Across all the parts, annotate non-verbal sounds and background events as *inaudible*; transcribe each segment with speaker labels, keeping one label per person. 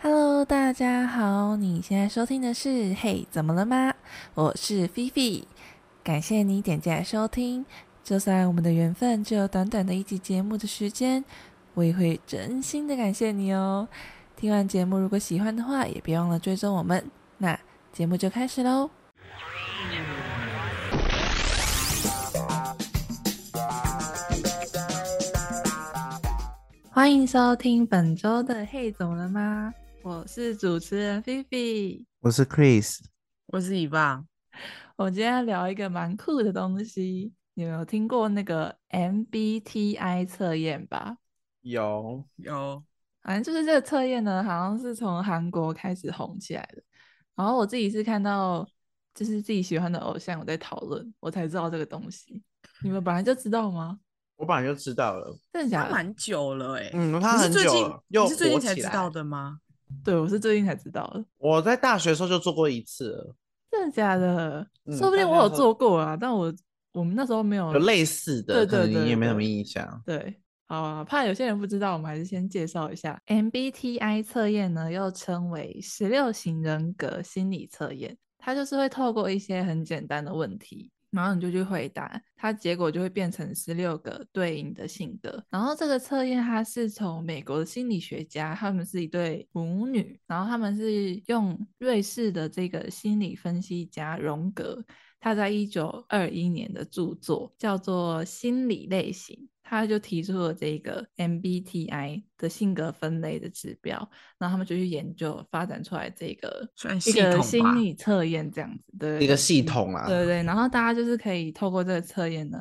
Speaker 1: Hello，大家好，你现在收听的是《嘿，怎么了吗》？我是菲菲，感谢你点进来收听。就算我们的缘分只有短短的一集节目的时间，我也会真心的感谢你哦。听完节目，如果喜欢的话，也别忘了追踪我们。那节目就开始喽。欢迎收听本周的《嘿，怎么了吗》？我是主持人菲菲。
Speaker 2: 我是 Chris，
Speaker 3: 我是以棒，
Speaker 1: 我今天要聊一个蛮酷的东西，你们有听过那个 MBTI 测验吧？
Speaker 2: 有
Speaker 3: 有
Speaker 1: 反正就是这个测验呢，好像是从韩国开始红起来的。然后我自己是看到，就是自己喜欢的偶像我在讨论，我才知道这个东西。你们本来就知道吗？
Speaker 2: 我本来就知道了，
Speaker 1: 真的假
Speaker 3: 他
Speaker 1: 的？
Speaker 3: 蛮久了哎、
Speaker 2: 啊嗯，
Speaker 3: 你
Speaker 2: 他
Speaker 3: 是
Speaker 2: 很
Speaker 3: 最
Speaker 2: 久
Speaker 3: 近
Speaker 2: 了，又
Speaker 3: 你是最近
Speaker 2: 火
Speaker 3: 才
Speaker 2: 起
Speaker 3: 知
Speaker 2: 来
Speaker 3: 道。的吗？
Speaker 1: 对，我是最近才知道的。
Speaker 2: 我在大学的时候就做过一次了，
Speaker 1: 真的假的？
Speaker 2: 嗯
Speaker 1: 说不定
Speaker 2: 大
Speaker 1: 我
Speaker 2: 家
Speaker 1: 有
Speaker 2: 说
Speaker 1: 做过啊，但我我们那时候没有
Speaker 2: 有类似
Speaker 1: 嗯
Speaker 2: 的，
Speaker 1: 对
Speaker 2: 可
Speaker 1: 对
Speaker 2: 能
Speaker 1: 对
Speaker 2: 你也没什么
Speaker 1: 对
Speaker 2: 印象。
Speaker 1: 对，好啊，怕有些人不知道，我们还是先介绍一下 MBTI 测验呢，又称为十六型人格心理测验，它就是会透过一些很简单的问题。然后你就去回答，它结果就会变成十六个对应的性格。然后这个测验它是从美国的心理学家，他们是一对母女，然后他们是用瑞士的这个心理分析家荣格他在一九二一年的著作叫做《心理类型》，他就提出了这个 MBTI 的性格分类的指标，然后他们就去研究发展出来这个
Speaker 3: 算
Speaker 1: 一
Speaker 3: 系
Speaker 1: 个
Speaker 3: 统吧
Speaker 1: 心理测验这样子的
Speaker 2: 一个嗯系统啦，
Speaker 1: 对对，然后大家就是可以透过这个测验呢，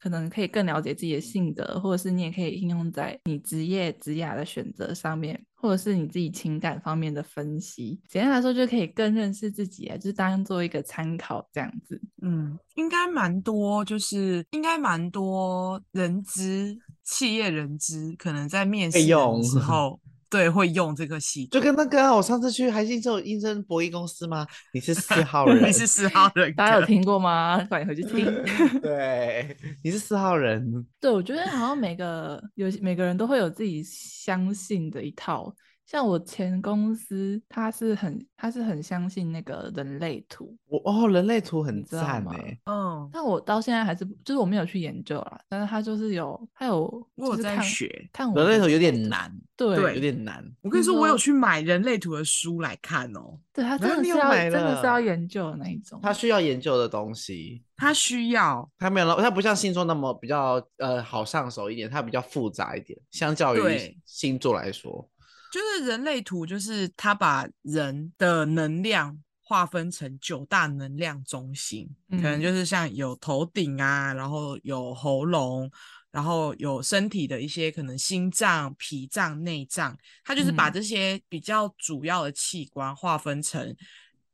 Speaker 1: 可能可以更了解自己的性格，或者是你也可以应用在你职业、职涯的选择上面，或者是你自己情感方面的分析。简单来说，就可以更认识自己啊，就是当做一个参考这样子。
Speaker 3: 嗯，应该蛮多，就是应该蛮多人资企业人资可能在面
Speaker 2: 会
Speaker 3: 试人
Speaker 2: 用
Speaker 3: 的
Speaker 2: *laughs*
Speaker 3: 时候，对，会用这个系
Speaker 2: 就
Speaker 3: 统。
Speaker 2: 跟那个啊、我上次去还应征应征博弈公司吗？你是四号人，
Speaker 3: *laughs* 你是四号人格，
Speaker 1: 大
Speaker 2: *laughs*
Speaker 1: 家有听过吗？ *laughs* 快点回去听。
Speaker 2: 对，你是四号人，
Speaker 1: 对，我觉得好像每个有每个人都会有自己相信的一套。像我前公司，他是很他是很相信那个人类图，
Speaker 2: 我哦，人类图很
Speaker 1: 你知道
Speaker 2: 赞
Speaker 1: 吗
Speaker 2: 哎、
Speaker 3: 嗯，
Speaker 1: 但我到现在还是不，就是我没有去研究啦，但是他就是有，他有，就
Speaker 3: 我有
Speaker 1: 是
Speaker 3: 在
Speaker 1: 看
Speaker 3: 学。
Speaker 1: 看我
Speaker 2: 人类
Speaker 1: 的
Speaker 2: 图有点难，
Speaker 1: 嗯对
Speaker 2: 有
Speaker 3: 对
Speaker 2: 点难。
Speaker 3: 我跟你
Speaker 1: 听
Speaker 3: 说，我有
Speaker 1: 说
Speaker 3: 去买人类图的书来看哦，
Speaker 1: 对，他
Speaker 2: 然
Speaker 1: 真
Speaker 2: 后
Speaker 1: 的
Speaker 2: 你
Speaker 1: 是
Speaker 2: 有
Speaker 1: 要
Speaker 2: 买
Speaker 1: 真的是要
Speaker 2: 了
Speaker 1: 研究的那一种，
Speaker 2: 他需要研究的东西，
Speaker 3: 它需要
Speaker 2: 它没有那，它不像星座那么比较呃好上手一点，它比较复杂一点，相较于
Speaker 3: 对
Speaker 2: 星座来说，
Speaker 3: 就是人类图，就是它把人的能量划分成九大能量中心，可能
Speaker 1: 嗯
Speaker 3: 就是像有头顶啊，然后有喉咙，然后有身体的一些可能心脏、脾脏、内脏，它就是把
Speaker 1: 嗯
Speaker 3: 这些比较主要的器官划分成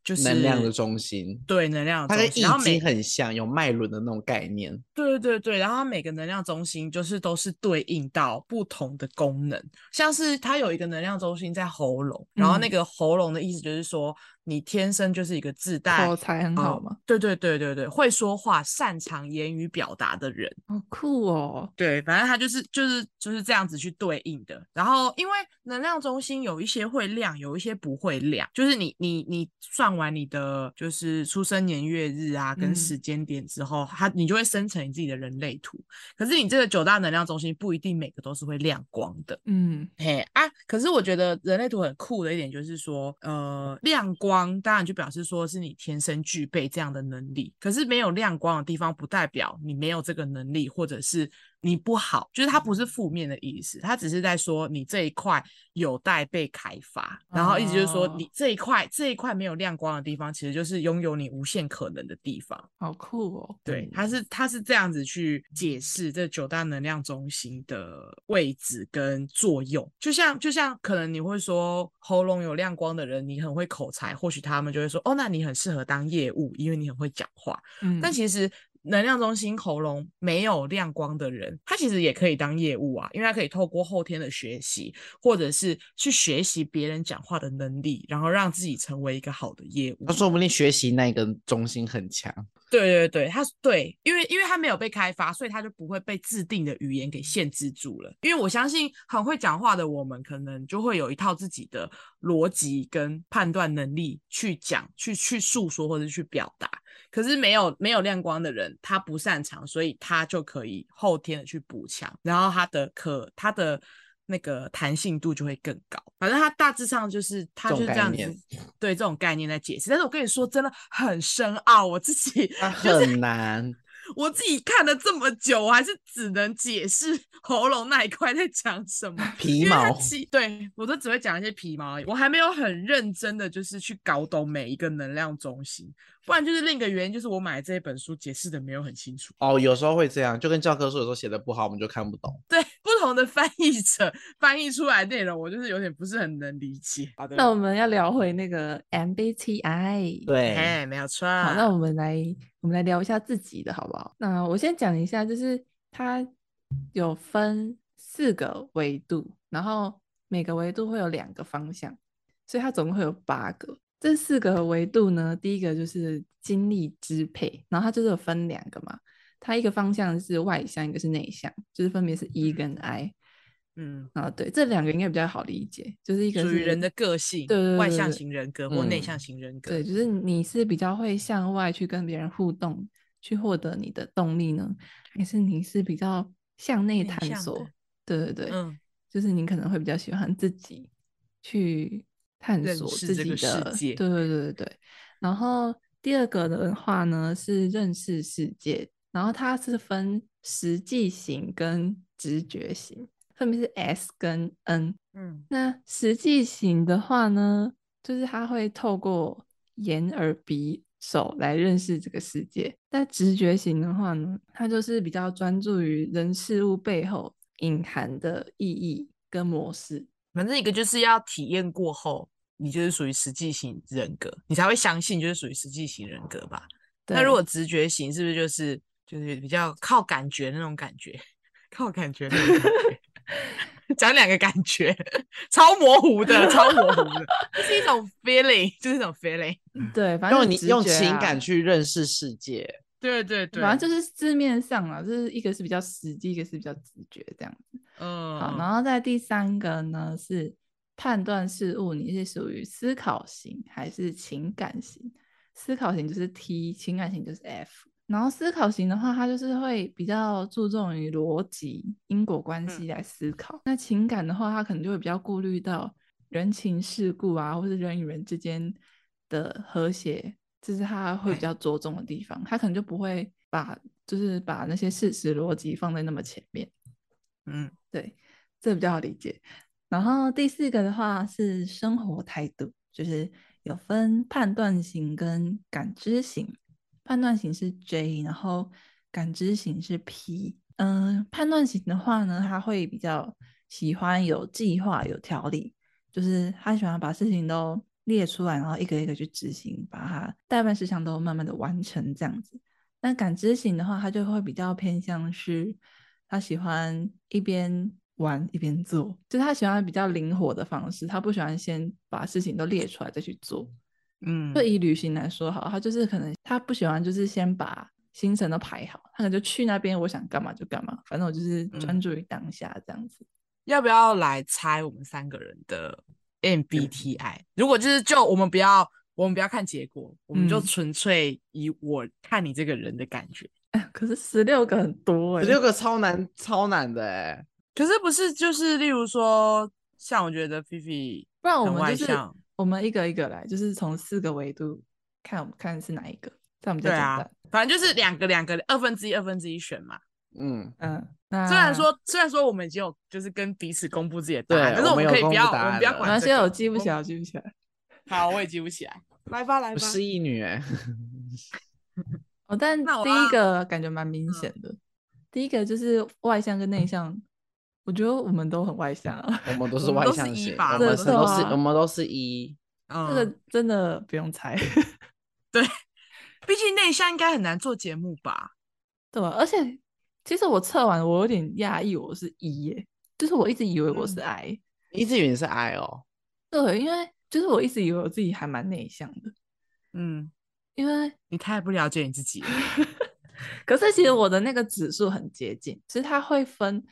Speaker 3: 就是
Speaker 2: 能量的中心，
Speaker 3: 对能量
Speaker 2: 它
Speaker 3: 的
Speaker 2: 跟易
Speaker 3: 中心，然后每
Speaker 2: 经很像，有脉轮的那种概念。
Speaker 3: 对对对，然后它每个能量中心就是都是对应到不同的功能，像是它有一个能量中心在喉咙，然后那
Speaker 1: 嗯
Speaker 3: 个喉咙的意思就是说你天生就是一个自带
Speaker 1: 口才很
Speaker 3: 呃
Speaker 2: 哦
Speaker 1: 好嘛，
Speaker 3: 对对对对对，会说话、擅长言语表达的人。
Speaker 1: 好酷哦，
Speaker 3: 对，反正它就是就是就是这样子去对应的。然后，因为能量中心有一些会亮，有一些不会亮，就是你你你算完你的就是出生年月日啊跟
Speaker 1: 嗯
Speaker 3: 时间点之后，它你就会生成你自己的人类图。可是你这个九大能量中心不一定每个都是会亮光的。
Speaker 1: 嗯
Speaker 3: 嘿啊！可是我觉得人类图很酷的一点就是说，呃，亮光当然就表示说是你天生具备这样的能力，可是没有亮光的地方不代表你没有这个能力，或者是你不好，就是它不是负面的意思，它只是在说你这一块有待被开发，然后意思就是说
Speaker 1: 哦
Speaker 3: 你这一块这一块没有亮光的地方，其实就是拥有你无限可能的地方。
Speaker 1: 好酷哦，
Speaker 3: 对，
Speaker 2: 嗯
Speaker 3: 它是它是这样子去解释这九大能量中心的位置跟作用，就像就像可能你会说喉咙有亮光的人，你很会口才，或许他们就会说哦，那你很适合当业务，因为你很会讲话。
Speaker 1: 嗯，
Speaker 3: 但其实能量中心喉咙没有亮光的人，他其实也可以当业务啊，因为他可以透过后天的学习，或者是去学习别人讲话的能力，然后让自己成为一个好的业务
Speaker 2: 那。说不定学习那个中心很强，
Speaker 3: 对对对，它对，因为因为它没有被开发，所以它就不会被制定的语言给限制住了。因为我相信很会讲话的我们，可能就会有一套自己的逻辑跟判断能力去讲、去去诉说或者去表达。可是没有没有亮光的人，他不擅长，所以他就可以后天的去补强，然后他的可他的那个弹性度就会更高。反正他大致上就是他
Speaker 2: 这
Speaker 3: 就
Speaker 2: 种
Speaker 3: 是这
Speaker 2: 概
Speaker 3: 样子
Speaker 2: 念，
Speaker 3: 对这种概念在解释。但是我跟你说，真的很深奥，我自己
Speaker 2: 它很
Speaker 3: *laughs*
Speaker 2: 难。
Speaker 3: 我自己看了这么久，我还是只能解释 *laughs* 喉咙那一块在讲什么。
Speaker 2: 皮
Speaker 3: 因为它
Speaker 2: 毛
Speaker 3: 其对我都只会讲一些皮毛而已，我还没有很认真的就是去搞懂每一个能量中心，不然就是另一个原因就是我买这一本书解释的没有很清楚。 *laughs*
Speaker 2: 哦，有时候会这样，就跟教科书有时候写的不好，我们就看不懂。
Speaker 3: 对不同的翻译者翻译出来的内容，我就是有点不是很能理解。好的
Speaker 1: 那我们要聊回那个 MBTI。
Speaker 2: 对，
Speaker 3: 哎，没有错。
Speaker 1: 好，那我们来我们来聊一下自己的好不好？那我先讲一下，就是它有分四个维度，然后每个维度会有两个方向，所以它总共会有八个。这四个维度呢，第一个就是精力支配，然后它就是有分两个嘛，它一个方向是外向，一个是内向，就是分别是 E 跟 I
Speaker 3: 嗯，
Speaker 1: 啊，对，这两个应该比较好理解，就是一个
Speaker 3: 属
Speaker 1: 是
Speaker 3: 于人的个性，
Speaker 1: 对对对
Speaker 3: 外
Speaker 1: 对
Speaker 3: 向
Speaker 1: 对
Speaker 3: 型人格或内
Speaker 2: 嗯
Speaker 3: 向型人格。
Speaker 1: 对，就是你是比较会向外去跟别人互动，去获得你的动力呢，还是你是比较向内
Speaker 3: 内
Speaker 1: 探
Speaker 3: 向
Speaker 1: 索
Speaker 3: 的？
Speaker 1: 对对对，
Speaker 3: 嗯，
Speaker 1: 就是你可能会比较喜欢自己去探
Speaker 3: 认
Speaker 1: 索
Speaker 3: 识
Speaker 1: 自
Speaker 3: 这
Speaker 1: 己
Speaker 3: 个
Speaker 1: 的，
Speaker 3: 世界
Speaker 1: 对对对对对。然后第二个的话呢是认识世界，然后它是分实际型跟直觉型，分别是 S 跟 N。
Speaker 3: 嗯
Speaker 1: 那实际型的话呢，就是他会透过眼、耳、鼻、手来认识这个世界。那直觉型的话呢，它就是比较专注于人事物背后隐含的意义跟模式。
Speaker 3: 反正一个就是要体验过后，你就是属于实际型人格，你才会相信就是属于实际型人格吧。那
Speaker 1: 对
Speaker 3: 如果直觉型是不是就是就是比较靠感觉那种感觉， *laughs* 靠感觉 *laughs* 那种感觉讲两个感觉，超模糊的，超模糊的，就是一种 feeling，就是一种 feeling。
Speaker 1: 对，反正
Speaker 2: 用你
Speaker 1: 直
Speaker 2: 用
Speaker 1: 觉
Speaker 2: 情
Speaker 1: 啊
Speaker 2: 感去认识世界，
Speaker 3: 对对对，
Speaker 1: 反正就是字面上啊，就是一个是比较实际，一个是比较直觉这样子。
Speaker 3: 嗯，
Speaker 1: 好，
Speaker 3: 嗯
Speaker 1: 然后在第三个呢是判断事物，你是属于思考型还是情感型？思考型就是 T，情感型就是 F。然后思考型的话，它就是会比较注重于逻辑、因果关
Speaker 3: 嗯
Speaker 1: 系来思考。那情感的话，它可能就会比较顾虑到人情世故啊，或是人与人之间的和谐，这是它会比较着重的地方。它可能就不会把就是把那些事实逻辑放在那么前面。
Speaker 3: 嗯，
Speaker 1: 对，这比较好理解。然后第四个的话是生活态度，就是有分判断型跟感知型。判断型是 J，然后感知型是 P。嗯、判断型的话呢，他会比较喜欢有计划、有条理，就是他喜欢把事情都列出来，然后一个一个去执行，把它代办事项都慢慢的完成这样子。那感知型的话，他就会比较偏向是，他喜欢一边玩一边做，就是他喜欢比较灵活的方式，他不喜欢先把事情都列出来再去做。
Speaker 3: 嗯，
Speaker 1: 就以旅行来说好，他就是可能他不喜欢就是先把行程都排好，他可能就去那边，我想干嘛就干嘛，反正我就是专
Speaker 3: 嗯
Speaker 1: 注于当下这样子。 *laughs*
Speaker 3: 要不要来猜我们三个人的 MBTI？如果就是就我们不要，我们不要看结果，我们就
Speaker 1: 嗯
Speaker 3: 纯粹以我看你这个人的感觉。
Speaker 1: 可是十六个很多哎、
Speaker 2: 十六个超难超难的哎，
Speaker 3: 可是不是就是例如说，像我觉得菲菲
Speaker 1: 不然我
Speaker 3: 很
Speaker 1: 们
Speaker 3: 外
Speaker 1: 就是
Speaker 3: 向，
Speaker 1: 我们一个一个来，就是从四个维度看我们看是哪一个，这样比较
Speaker 3: 对
Speaker 1: 简
Speaker 3: 啊
Speaker 1: 单。，
Speaker 3: 反正就是两个两个二分之一二分之一选嘛。
Speaker 2: 嗯，
Speaker 1: 嗯，那
Speaker 3: 虽然说虽然说我们已经有就是跟彼此公布自己的答
Speaker 2: 对
Speaker 3: 案，但是
Speaker 2: 我们
Speaker 3: 们
Speaker 2: 有
Speaker 3: 可以
Speaker 2: 公
Speaker 3: 不
Speaker 2: 布
Speaker 3: 要
Speaker 2: 答
Speaker 3: 我们
Speaker 2: 案
Speaker 3: 不要
Speaker 2: 了
Speaker 3: 管
Speaker 1: 那
Speaker 3: 这
Speaker 1: 些
Speaker 3: 个
Speaker 1: 我啊记不起
Speaker 3: 我
Speaker 1: 来，我记不起来。
Speaker 3: 好，我也记不起来。来吧来
Speaker 2: 我
Speaker 3: 吧，
Speaker 2: 失忆女
Speaker 3: *laughs*
Speaker 2: 哎，
Speaker 1: 哦，但
Speaker 3: 那我
Speaker 1: 第
Speaker 3: 要
Speaker 1: 一个感觉蛮明显的，第一个就是外向跟内向，我觉得我们都很外向啊， *laughs*
Speaker 2: 我们都是
Speaker 3: 我们
Speaker 2: 外
Speaker 3: 都是
Speaker 2: 向
Speaker 3: 一
Speaker 2: 型，
Speaker 3: 吧
Speaker 2: 我
Speaker 1: 对
Speaker 2: 们是都是
Speaker 1: 对啊
Speaker 2: 我们都是一，
Speaker 1: 这
Speaker 3: 这
Speaker 1: 个真的不用猜。 *laughs*
Speaker 3: 毕竟内向应该很难做节目吧？
Speaker 1: 对，啊而且其实我测完，我有点讶异，我是 E 耶，就是我一直以为我是 I，、
Speaker 2: 一直以为你是 I 哦，
Speaker 1: 对，因为就是我一直以为我自己还蛮内向的，
Speaker 3: 嗯，
Speaker 1: 因为
Speaker 3: 你太不了解你自己了。
Speaker 1: 可是其实我的那个指数很接近，其实它会分，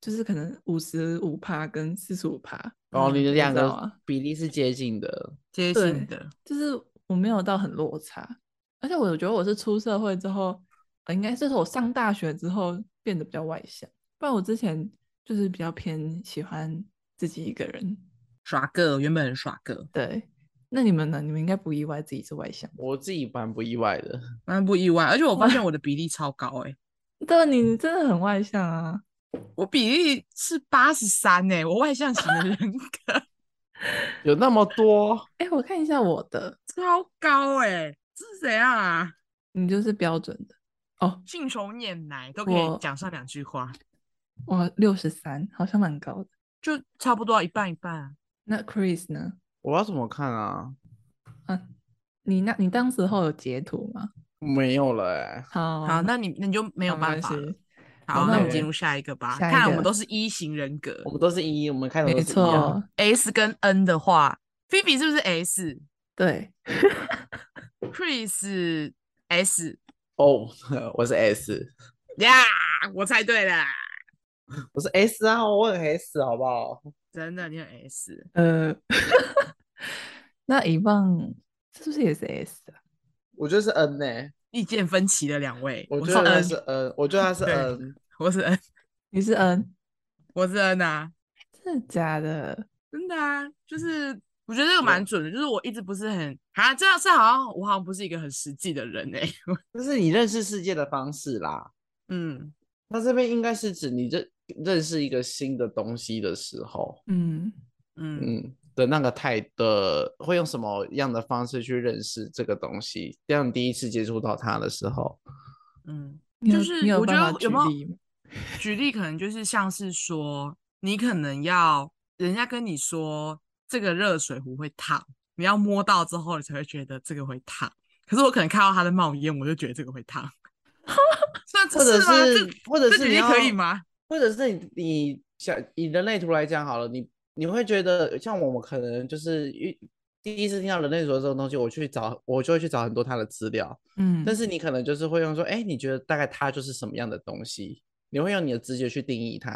Speaker 1: 就是可能五十五趴跟四十五趴。
Speaker 2: 哦，你的
Speaker 1: 嗯
Speaker 2: 两
Speaker 1: 知道
Speaker 2: 个
Speaker 1: 啊
Speaker 2: 比例是接近的，
Speaker 3: 接
Speaker 1: 对
Speaker 3: 近的，
Speaker 1: 就是我没有到很落差，而且我觉得我是出社会之后，呃，应该是说我上大学之后变得比较外向，不然我之前就是比较偏喜欢自己一个人。
Speaker 3: 耍个原本很耍个，
Speaker 1: 对，那你们呢？你们应该不意外自己是外向。
Speaker 2: 我自己蛮不意外的。
Speaker 3: 蛮不意外。而且我发现我的比例超高哎、
Speaker 1: 对，你真的很外向啊！
Speaker 3: 我比例是八十三哎，我外向型的人格 *laughs*
Speaker 2: 有那么多？
Speaker 1: 哎、我看一下我的，
Speaker 3: 超高哎、这是怎样啊？
Speaker 1: 你就是标准的哦，
Speaker 3: 信手拈来都可以
Speaker 1: 我
Speaker 3: 讲上两句话，
Speaker 1: 哇，六十三，好像蛮高的。
Speaker 3: 就差不多啊一半一半啊。
Speaker 1: 那 Chris 呢？
Speaker 2: 我要怎么看啊？
Speaker 1: 啊，你那你当时候有截图吗？
Speaker 2: 没有了哎、
Speaker 1: 好，
Speaker 3: 哦好，那你你就没
Speaker 1: 没
Speaker 3: 有办法了。
Speaker 1: 系。
Speaker 3: 好，
Speaker 1: 好
Speaker 3: 那
Speaker 1: 那
Speaker 3: 我
Speaker 1: 我
Speaker 3: 们进
Speaker 1: 们
Speaker 3: 入下一个吧。
Speaker 1: 下一
Speaker 3: 看来我们
Speaker 1: 个
Speaker 3: 都是一型人格
Speaker 2: 我们都是一，我们开头都
Speaker 1: 没
Speaker 2: 是一样。
Speaker 1: 错，
Speaker 3: ，S 跟 N 的话，Phoebe 是不是 S？Chris
Speaker 1: 对，
Speaker 3: S？
Speaker 2: 哦，我是 S，
Speaker 3: 呀我猜对了，
Speaker 2: 我是 S 啊，我很 S 好不好？
Speaker 3: 真的，你很 S。
Speaker 1: 呃， *laughs* 那一棒是不是也是 S 啊？
Speaker 2: 我觉得是 N 呢、
Speaker 3: 意见分歧的两位，
Speaker 2: 我
Speaker 3: 我
Speaker 2: 觉
Speaker 3: 是
Speaker 2: 得他
Speaker 3: N，
Speaker 2: 是 N，我觉得
Speaker 1: *laughs*
Speaker 2: 他是
Speaker 3: 对
Speaker 2: N，
Speaker 3: 我是 N，
Speaker 1: 你是 N，
Speaker 3: 我是 N 啊，
Speaker 1: 真的假的？
Speaker 3: 真的啊，
Speaker 2: 嗯
Speaker 3: 就是我觉得这个
Speaker 2: 我
Speaker 3: 蛮准的，就是我一直不是很啊，这样是好像我好像不是一个很实际的人哎、
Speaker 2: 这是你认识世界的方式啦。
Speaker 3: 嗯，
Speaker 2: 那这边应该是指你认认识一个新的东西的时候，
Speaker 1: 嗯，
Speaker 3: 嗯，
Speaker 2: 嗯的那个态的，会用什么样的方式去认识这个东西？当你第一次接触到它的时候，
Speaker 3: 嗯，
Speaker 1: 你
Speaker 3: 就
Speaker 1: 有
Speaker 3: 是
Speaker 1: 你有
Speaker 3: 我觉
Speaker 1: 办
Speaker 3: 得
Speaker 1: 法
Speaker 3: 有
Speaker 1: 举
Speaker 3: 没有
Speaker 1: 例吗
Speaker 3: 举例，可能就是像是说，你可能要人家跟你说这个热水壶会烫，你要摸到之后，你才会觉得这个会烫。可是我可能看到它在冒烟，我就觉得这个会烫。 *laughs* 算
Speaker 2: 或者
Speaker 3: 是吗
Speaker 2: 是
Speaker 3: 这
Speaker 2: 或者
Speaker 3: 这
Speaker 2: 是
Speaker 3: 举
Speaker 2: 你
Speaker 3: 例可
Speaker 2: 要
Speaker 3: 以吗？
Speaker 2: 或者是你你想以人类图来讲好了，你你会觉得像我们可能就是遇第一次听到人类图的这种东西，我去找我就会去找很多它的资料，
Speaker 1: 嗯，
Speaker 2: 但是你可能就是会用说，哎、你觉得大概它就是什么样的东西？你会用你的直觉去定义它，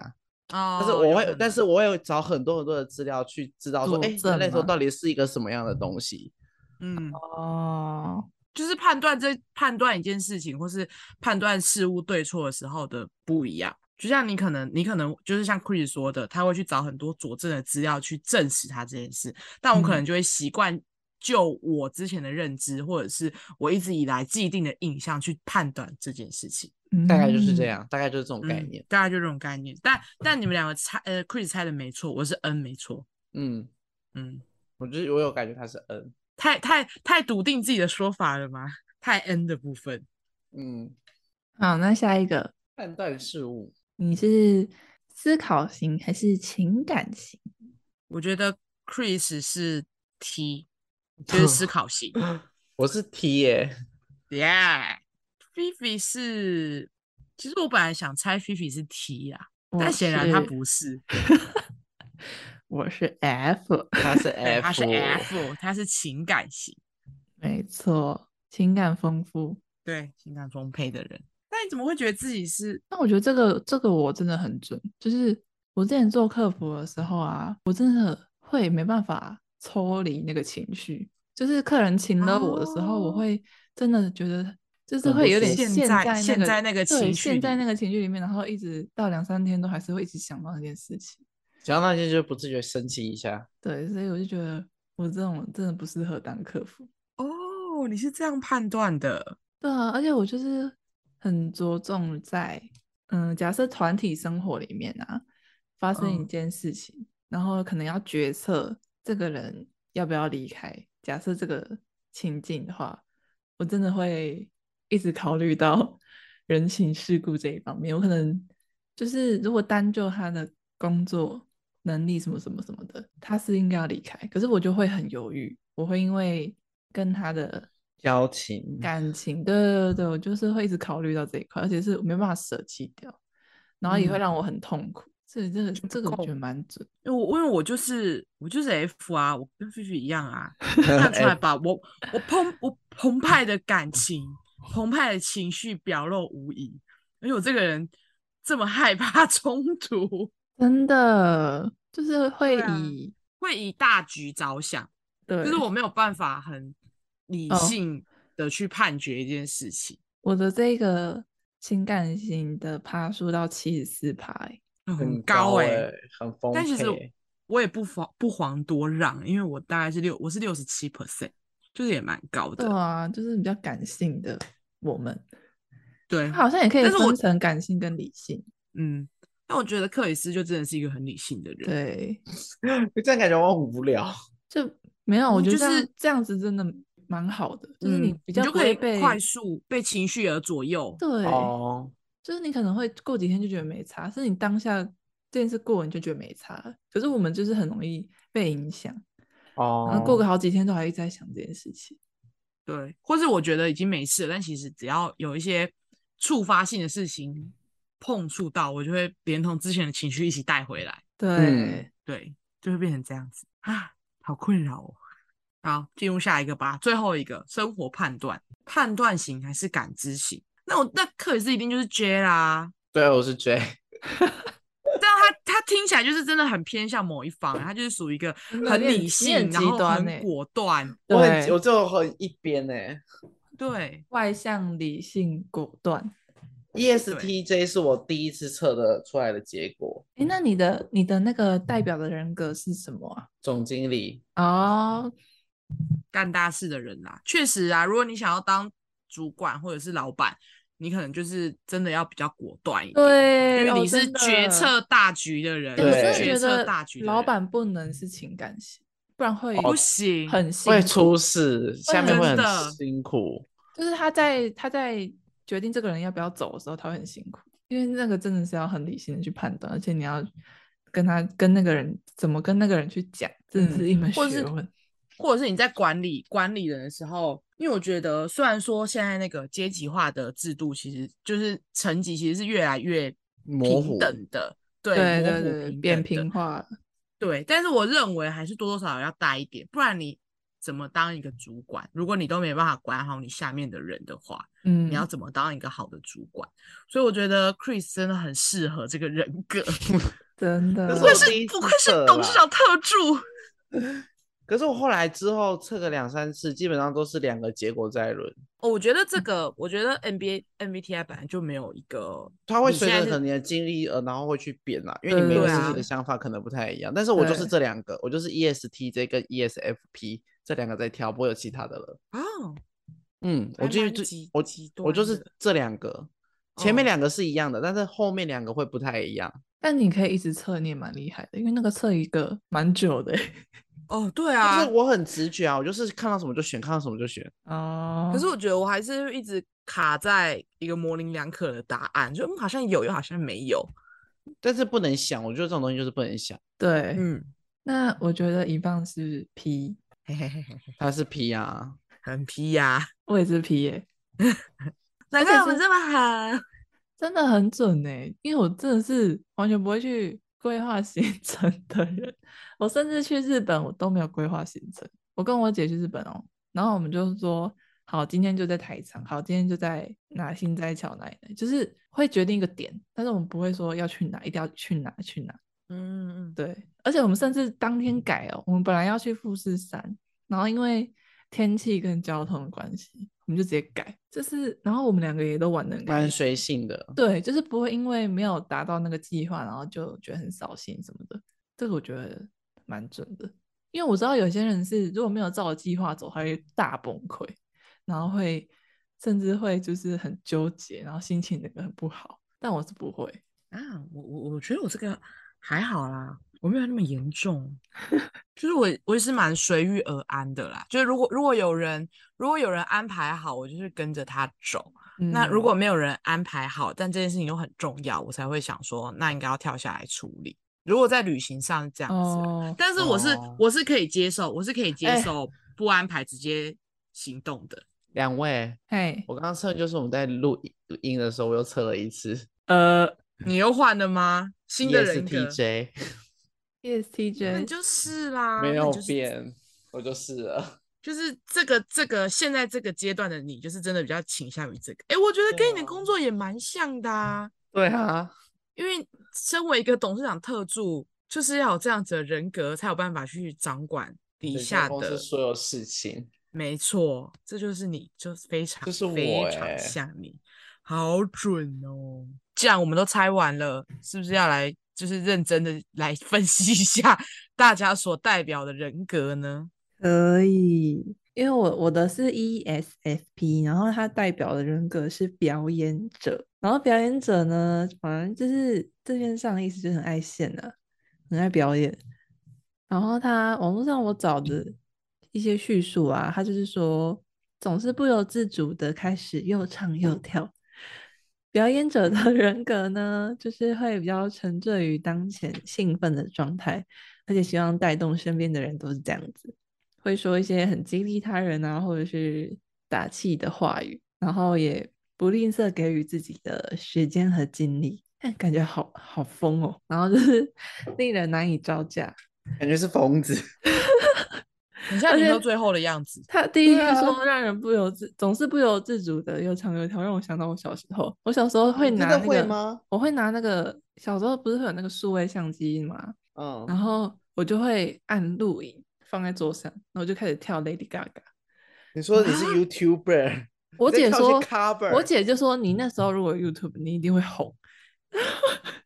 Speaker 3: 哦，
Speaker 2: 但是我
Speaker 3: 有
Speaker 2: 会，
Speaker 3: 可
Speaker 2: 但
Speaker 3: 能
Speaker 2: 是我会找很多很多的资料去知道说，
Speaker 1: 佐
Speaker 2: 哎、
Speaker 1: 证
Speaker 2: 人类图
Speaker 1: 吗
Speaker 2: 到底是一个什么样的东西？
Speaker 3: 嗯，
Speaker 1: 哦，
Speaker 3: 就是判断这判断一件事情，或是判断事物对错的时候的不一样。就像你可能，你可能就是像 Chris 说的，他会去找很多佐证的资料去证实他这件事，但我可能
Speaker 1: 嗯
Speaker 3: 就会习惯就我之前的认知，或者是我一直以来既定的印象去判断这件事情。
Speaker 2: 大概就是这
Speaker 1: 嗯。
Speaker 2: 样，大概就是这种概
Speaker 3: 嗯
Speaker 2: 念。
Speaker 3: 大概就这种概念。但但
Speaker 2: *laughs*
Speaker 3: 你们两个猜，呃，Chris 猜的没错，我是 N 没错，
Speaker 2: 嗯，
Speaker 3: 嗯，
Speaker 2: 我就是我有感觉它是 N，
Speaker 3: 太太太笃定自己的说法了吗？太 N 的部分。
Speaker 2: 嗯，
Speaker 1: 好，那下一个，
Speaker 2: 判断事物。
Speaker 1: 你是思考型还是情感型？
Speaker 3: 我觉得 Chris 是 T，就
Speaker 1: *laughs*
Speaker 3: 是思考型
Speaker 2: 我是 T 耶、
Speaker 3: ，Yeah。Fifi 是，其实我本来想猜 Fifi 是 T 啊，但
Speaker 1: 我
Speaker 3: 显然他
Speaker 1: 是，
Speaker 3: 不是，
Speaker 1: 我是 F，
Speaker 2: 他
Speaker 3: *laughs*
Speaker 2: 是
Speaker 3: 对
Speaker 2: F，
Speaker 3: 他是 F，他是情感型，
Speaker 1: 没错，情感丰富。
Speaker 3: 对，情感丰沛的人。那你怎么会觉得自己是？
Speaker 1: 但我觉得这个这个我真的很准，就是我之前做客服的时候啊，我真的会没办法抽离那个情绪，就是客人请了我的时候，我
Speaker 3: 哦
Speaker 1: 会真的觉得就是
Speaker 2: 很不
Speaker 1: 会有
Speaker 2: 舒
Speaker 1: 点陷
Speaker 3: 服陷在
Speaker 1: 那
Speaker 3: 陷
Speaker 1: 个
Speaker 3: 在那个
Speaker 1: 对
Speaker 3: 情绪
Speaker 1: 陷在
Speaker 3: 里
Speaker 1: 那个情绪里面，然后一直到两三天都还是会一直想到那件事情。
Speaker 2: 讲到那些就不自觉生气一下。
Speaker 1: 对，所以我就觉得我这种真的不适合当客服。
Speaker 3: 哦，你是这样判断的，
Speaker 1: 对啊，而且我就是很着重在，嗯，假设团体生活里面啊，发生一
Speaker 3: 嗯
Speaker 1: 件事情，然后可能要决策这个人要不要离开。假设这个情境的话，我真的会一直考虑到 *laughs* 人情世故这一方面。我可能就是如果单就他的工作能力什么什么什么的，他是应该要离开，可是我就会很犹豫，我会因为跟他的。
Speaker 2: 交
Speaker 3: 嗯
Speaker 2: 情，
Speaker 1: 感情，对对对，我就是会一直考虑到这一块，而且是没办法舍弃掉，然后也会
Speaker 3: 嗯
Speaker 1: 让我很痛苦。所以这个这个我觉得
Speaker 3: 够
Speaker 1: 蛮准。
Speaker 3: 因为我因为我就是我就是 F 啊，我跟菲菲一样啊，
Speaker 2: *laughs*
Speaker 3: 看
Speaker 2: 哎
Speaker 3: 出来吧，我我澎我澎湃的感情，澎湃的情绪表露无遗，而且我这个人这么害怕 *laughs* 冲突，
Speaker 1: 真的就是会
Speaker 3: 对啊
Speaker 1: 以
Speaker 3: 会以大局着想，
Speaker 1: 对,、
Speaker 3: 就是我没有办法很理
Speaker 1: 哦
Speaker 3: 性的去判决一件事情。 *laughs*
Speaker 1: 我的这个情感型的爬数到七十四趴，欸
Speaker 3: 嗯
Speaker 2: 很
Speaker 3: 高
Speaker 2: 哎、
Speaker 3: 欸
Speaker 2: 很丰沛。
Speaker 3: 但其实我也不遑不遑多让，因为我大概是六，我是六十七 percent，就是也蛮高
Speaker 1: 对
Speaker 3: 的。
Speaker 1: 啊，就是比较感性的我们，
Speaker 3: 对，
Speaker 1: 它好像也可以
Speaker 3: 嗯但是我
Speaker 1: 分成感性跟理性。
Speaker 3: 嗯，但我觉得克里斯就真的是一个很理性的人。
Speaker 1: 对，
Speaker 2: 欸这样感觉我很无聊。
Speaker 1: 就没有，我
Speaker 3: 嗯
Speaker 1: 觉得
Speaker 3: 就
Speaker 1: 这样,、
Speaker 3: 是
Speaker 1: 这样子真的蛮好的，就是
Speaker 3: 嗯，
Speaker 1: 你比较
Speaker 3: 就
Speaker 1: 不
Speaker 3: 可
Speaker 1: 会
Speaker 3: 以
Speaker 1: 被
Speaker 3: 快速被情绪而左右。
Speaker 1: 对，
Speaker 2: 哦，
Speaker 1: 就是你可能会过几天就觉得没差，是你当下这件事过完就觉得没差了，可是我们就是很容易被影响，
Speaker 2: 哦，
Speaker 1: 然后过个好几天都还一直在想这件事
Speaker 3: 嗯
Speaker 1: 情。
Speaker 3: 对，或是我觉得已经没事了，但其实只要有一些触发性的事情碰触到，我就会连同之前的情绪一起带回来，
Speaker 1: 对，
Speaker 2: 嗯
Speaker 3: 对，就会变成这样子啊，好困扰哦。好，进入下一个吧，最后一个生活判断，判断型还是感知型？那我那克里斯一定就是 J 啦，
Speaker 2: 对，我是 J，
Speaker 3: 但他他听起来就是真的很偏向某一方，他就是属于一个
Speaker 1: 真的
Speaker 3: 很
Speaker 1: 你很
Speaker 3: 理
Speaker 1: 你
Speaker 3: 性，
Speaker 1: 很嗯
Speaker 3: 然
Speaker 1: 极
Speaker 3: 后
Speaker 1: 端
Speaker 3: 很
Speaker 1: 欸
Speaker 3: 果断，
Speaker 2: 我很
Speaker 1: 对
Speaker 2: 我就很一边哎、
Speaker 3: 对，
Speaker 1: 外向、理性、果断。
Speaker 2: E ESTJ 是我第一次测的出来的结果，
Speaker 1: 哎，
Speaker 3: 嗯
Speaker 1: 那你的你的那个代表的人格是什么啊？
Speaker 2: 总经理。
Speaker 1: 哦，
Speaker 3: 干大事的人啦。确实啊，如果你想要当主管或者是老板，你可能就是真的要比较果断一点，
Speaker 1: 对，
Speaker 3: 因为
Speaker 1: 哦
Speaker 3: 你是
Speaker 1: 真的
Speaker 3: 决策大局的人，
Speaker 1: 哎我真的
Speaker 2: 对
Speaker 1: 觉
Speaker 3: 决策大
Speaker 1: 得
Speaker 3: 局的
Speaker 1: 老
Speaker 3: 人
Speaker 1: 板不能是情感型，不然会
Speaker 3: 不行，
Speaker 1: 很辛
Speaker 2: 会
Speaker 1: 苦
Speaker 2: 出事，下面会
Speaker 3: 真的
Speaker 2: 很辛苦。
Speaker 1: 就是他在他在决定这个人要不要走的时候，他会很辛苦，因为那个真的是要很理性的去判断，而且你要跟他跟那个人怎么跟那个人去讲，真的是一门
Speaker 3: 嗯或者
Speaker 1: 学
Speaker 3: 是
Speaker 1: 问。
Speaker 3: 或者是你在管理管理人的时候，因为我觉得虽然说现在那个阶级化的制度，其实就是层级其实是越来越
Speaker 2: 模糊
Speaker 3: 平等的，对
Speaker 1: 对
Speaker 3: 模
Speaker 1: 对
Speaker 3: 糊
Speaker 1: 对对，扁
Speaker 3: 平等
Speaker 1: 平
Speaker 3: 的
Speaker 1: 化了，
Speaker 3: 对，但是我认为还是多多少少要带一点，不然你怎么当一个主管？如果你都没办法管好你下面的人的话，
Speaker 1: 嗯，
Speaker 3: 你要怎么当一个好的主管？所以我觉得 Chris 真的很适合这个人
Speaker 2: *laughs*
Speaker 3: 格，
Speaker 1: 真的
Speaker 2: 可是
Speaker 3: 不愧
Speaker 2: 我
Speaker 3: 是
Speaker 2: 第一
Speaker 3: 不
Speaker 2: 次
Speaker 3: 愧是
Speaker 2: 测
Speaker 3: 董事
Speaker 2: 啦
Speaker 3: 长特助。
Speaker 2: 可是我后来之后测个两三次，基本上都是两个结果在轮，
Speaker 3: 哦，我觉得这个，我觉得 NBA MBTI 本来就没有一个，
Speaker 2: 它会
Speaker 3: 你
Speaker 2: 随
Speaker 3: 现
Speaker 2: 着可
Speaker 3: 在是
Speaker 2: 能你的经历呃，然后会去变啦，因为你每
Speaker 1: 对
Speaker 2: 个
Speaker 3: 对
Speaker 2: 事
Speaker 3: 啊
Speaker 2: 情的想法可能不太一样。但是我就是
Speaker 1: 对
Speaker 2: 这两个，我就是 E ESTJ 跟 ESFP 这两个在挑，不会有其他的了。
Speaker 3: 哦，
Speaker 2: 嗯，我
Speaker 3: 还
Speaker 2: 就
Speaker 3: 蛮
Speaker 2: 就
Speaker 3: 极
Speaker 2: 我
Speaker 3: 极
Speaker 2: 我就
Speaker 3: 端
Speaker 2: 是
Speaker 3: 的
Speaker 2: 这两个，前面
Speaker 3: 哦
Speaker 2: 两个是一样的，但是后面两个会不太一样。
Speaker 1: 但你可以一直测，你也蛮厉害的，因为那个测一个蛮久的欸。
Speaker 3: 哦，对
Speaker 2: 就
Speaker 3: 啊
Speaker 2: 是，我很直觉啊，我就是看到什么就选，看到什么就选。
Speaker 1: 哦，
Speaker 3: 可是我觉得我还是一直卡在一个模棱两可的答案，就嗯好像有，又好像没有，
Speaker 2: 但是不能想，我觉得这种东西就是不能想。
Speaker 1: 对，
Speaker 3: 嗯，
Speaker 1: 那我觉得一棒是 P，
Speaker 3: 嘿嘿嘿嘿，
Speaker 2: 他是 P 啊，
Speaker 3: 很皮呀、
Speaker 1: 我也是 P 耶、
Speaker 3: 难
Speaker 1: 怪我们
Speaker 3: 这么狠。
Speaker 1: 真的很准呢、因为我真的是完全不会去规划行程的人，我甚至去日本我都没有规划行程。我跟我姐去日本哦，然后我们就说好，今天就在台场，好，今天就在哪新斋桥哪里哪里，就是会决定一个点，但是我们不会说要去哪，一定要去哪去哪。
Speaker 3: 嗯嗯嗯，
Speaker 1: 对，而且我们甚至当天改哦，我们本来要去富士山，然后因为天气跟交通的关系，我们就直接改。就是，然后我们两个也都玩的
Speaker 2: 蛮随性的。
Speaker 1: 对，就是不会因为没有达到那个计划，然后就觉得很扫兴什么的。这个我觉得蛮准的，因为我知道有些人是如果没有照着计划走，他会大崩溃，然后会甚至会就是很纠结，然后心情整个很不好。但我是不会，
Speaker 3: 啊，我我我觉得我这个还好啦，我没有那么严重， *laughs* 就是我我也是蛮随遇而安的啦。就是如果如果有人如果有人安排好，我就是跟着他走。那如
Speaker 1: 嗯
Speaker 3: 果没有人安排好，但这件事情又很重要，我才会想说，那应该要跳下来处理。如果在旅行上是这样子啦，
Speaker 1: 哦，
Speaker 3: 但是我是、
Speaker 2: 哦
Speaker 3: 我是可以接受，我是可以接
Speaker 2: 哎
Speaker 3: 受不安排直接行动的。
Speaker 2: 两位，
Speaker 1: 嘿，
Speaker 2: 我刚刚测就是我们在录音录音的时候，我又测了一次，，E
Speaker 3: 嗯
Speaker 1: 呃，
Speaker 3: 你又换了吗？新的人格，
Speaker 2: ESTJ
Speaker 3: 那你
Speaker 1: ESTJ
Speaker 3: 就是啦，
Speaker 2: 没
Speaker 3: 啊那
Speaker 2: 有
Speaker 3: 你就是
Speaker 2: 变，我就是了。
Speaker 3: 就是这个这个现在这个阶段的你，就是真的比较倾向于这个。哎，我觉得
Speaker 2: 对
Speaker 3: 跟你的
Speaker 2: 啊
Speaker 3: 工作也蛮像的啊，
Speaker 2: 对啊，
Speaker 3: 因为身为一个董事长特助，就是要有这样子的人格，才有办法去掌管
Speaker 2: 整
Speaker 3: 底
Speaker 2: 个
Speaker 3: 下
Speaker 2: 公
Speaker 3: 的
Speaker 2: 司。所有事情，
Speaker 3: 没错，这就是你，就是非常
Speaker 2: 就是
Speaker 3: 非
Speaker 2: 我
Speaker 3: 常
Speaker 2: 欸
Speaker 3: 像你，好准哦。既然我们都猜完了，是不是要来就是认真的来分析一下大家所代表的人格呢？
Speaker 1: 可以，因为我我的是 E ESFP，然后它代表的人格是表演者，然后表演者呢，反正就是字面上的意思就是很爱现啊，很爱表演。然后他网络上我找的一些叙述啊，他就是说总是不由自主的开始又唱又跳。表演者的 *laughs* 人格呢，就是会比较沉醉于当前兴奋的状态，而且希望带动身边的人都是这样子，会说一些很激励他人啊，或者是打气的话语，然后也不吝啬给予自己的时间和精力。但感觉好好疯哦，然后就是 *laughs* 令人难以招架。
Speaker 2: 感觉是疯子。
Speaker 3: 很像
Speaker 1: 而
Speaker 3: 你
Speaker 1: 且
Speaker 3: 到最后的样
Speaker 1: *laughs*
Speaker 3: 子。
Speaker 1: 他第一句
Speaker 2: 对啊
Speaker 1: 说让人不由自，总是不由自主的又唱又跳，让我想到我小时候。我小时候会
Speaker 2: 你
Speaker 1: 拿
Speaker 2: 真
Speaker 1: 那
Speaker 2: 的
Speaker 1: 个，
Speaker 2: 会吗？
Speaker 1: 我会拿那个小时候不是会有那个数位相机嘛，
Speaker 2: 嗯，
Speaker 1: 然后我就会按录影放在桌上，然后我就开始跳 Lady Gaga。
Speaker 2: 你说你是
Speaker 3: 啊
Speaker 2: YouTuber，
Speaker 1: 我
Speaker 2: 你
Speaker 1: 姐
Speaker 2: 在跳一些
Speaker 1: 说，
Speaker 2: cover，
Speaker 1: 我姐就说你那时候如果有 YouTube，你一定会红。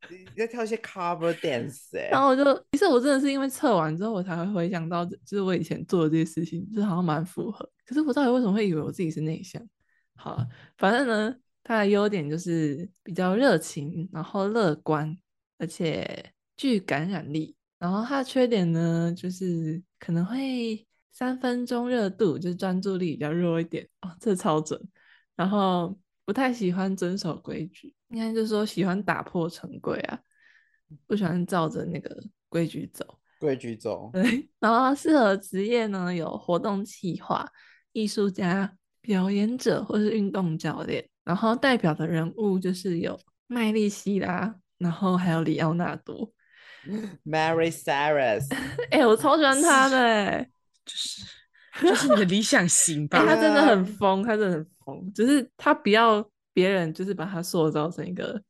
Speaker 2: 你在跳一些 cover dance 哎、
Speaker 1: 然后我就，其实我真的是因为测完之后，我才会回想到，就是我以前做的这些事情，就是好像蛮符合。可是我到底为什么会以为我自己是内向？好啊，反正呢，他的优点就是比较热情，然后乐观，而且具感染力。然后他的缺点呢，就是可能会三分钟热度，就是专注力比较弱一点哦，这超准。然后不太喜欢遵守规矩，应该就是说喜欢打破常规啊，不喜欢照着那个规矩走。 *laughs*
Speaker 2: 规矩走，
Speaker 1: 对，然后他适合职业呢有活动企划、艺术家、表演者或是运动教练。然后代表的人物就是有麦莉希拉，然后还有里奥纳多。 *laughs*
Speaker 2: Mary Cyrus，
Speaker 1: 哎、我超喜欢他的、欸，
Speaker 3: 就是就是你的理想型吧
Speaker 1: 哎、他。真的很
Speaker 2: 对
Speaker 1: 疯，他真的很疯，只是他不要别人就是把他塑造成一个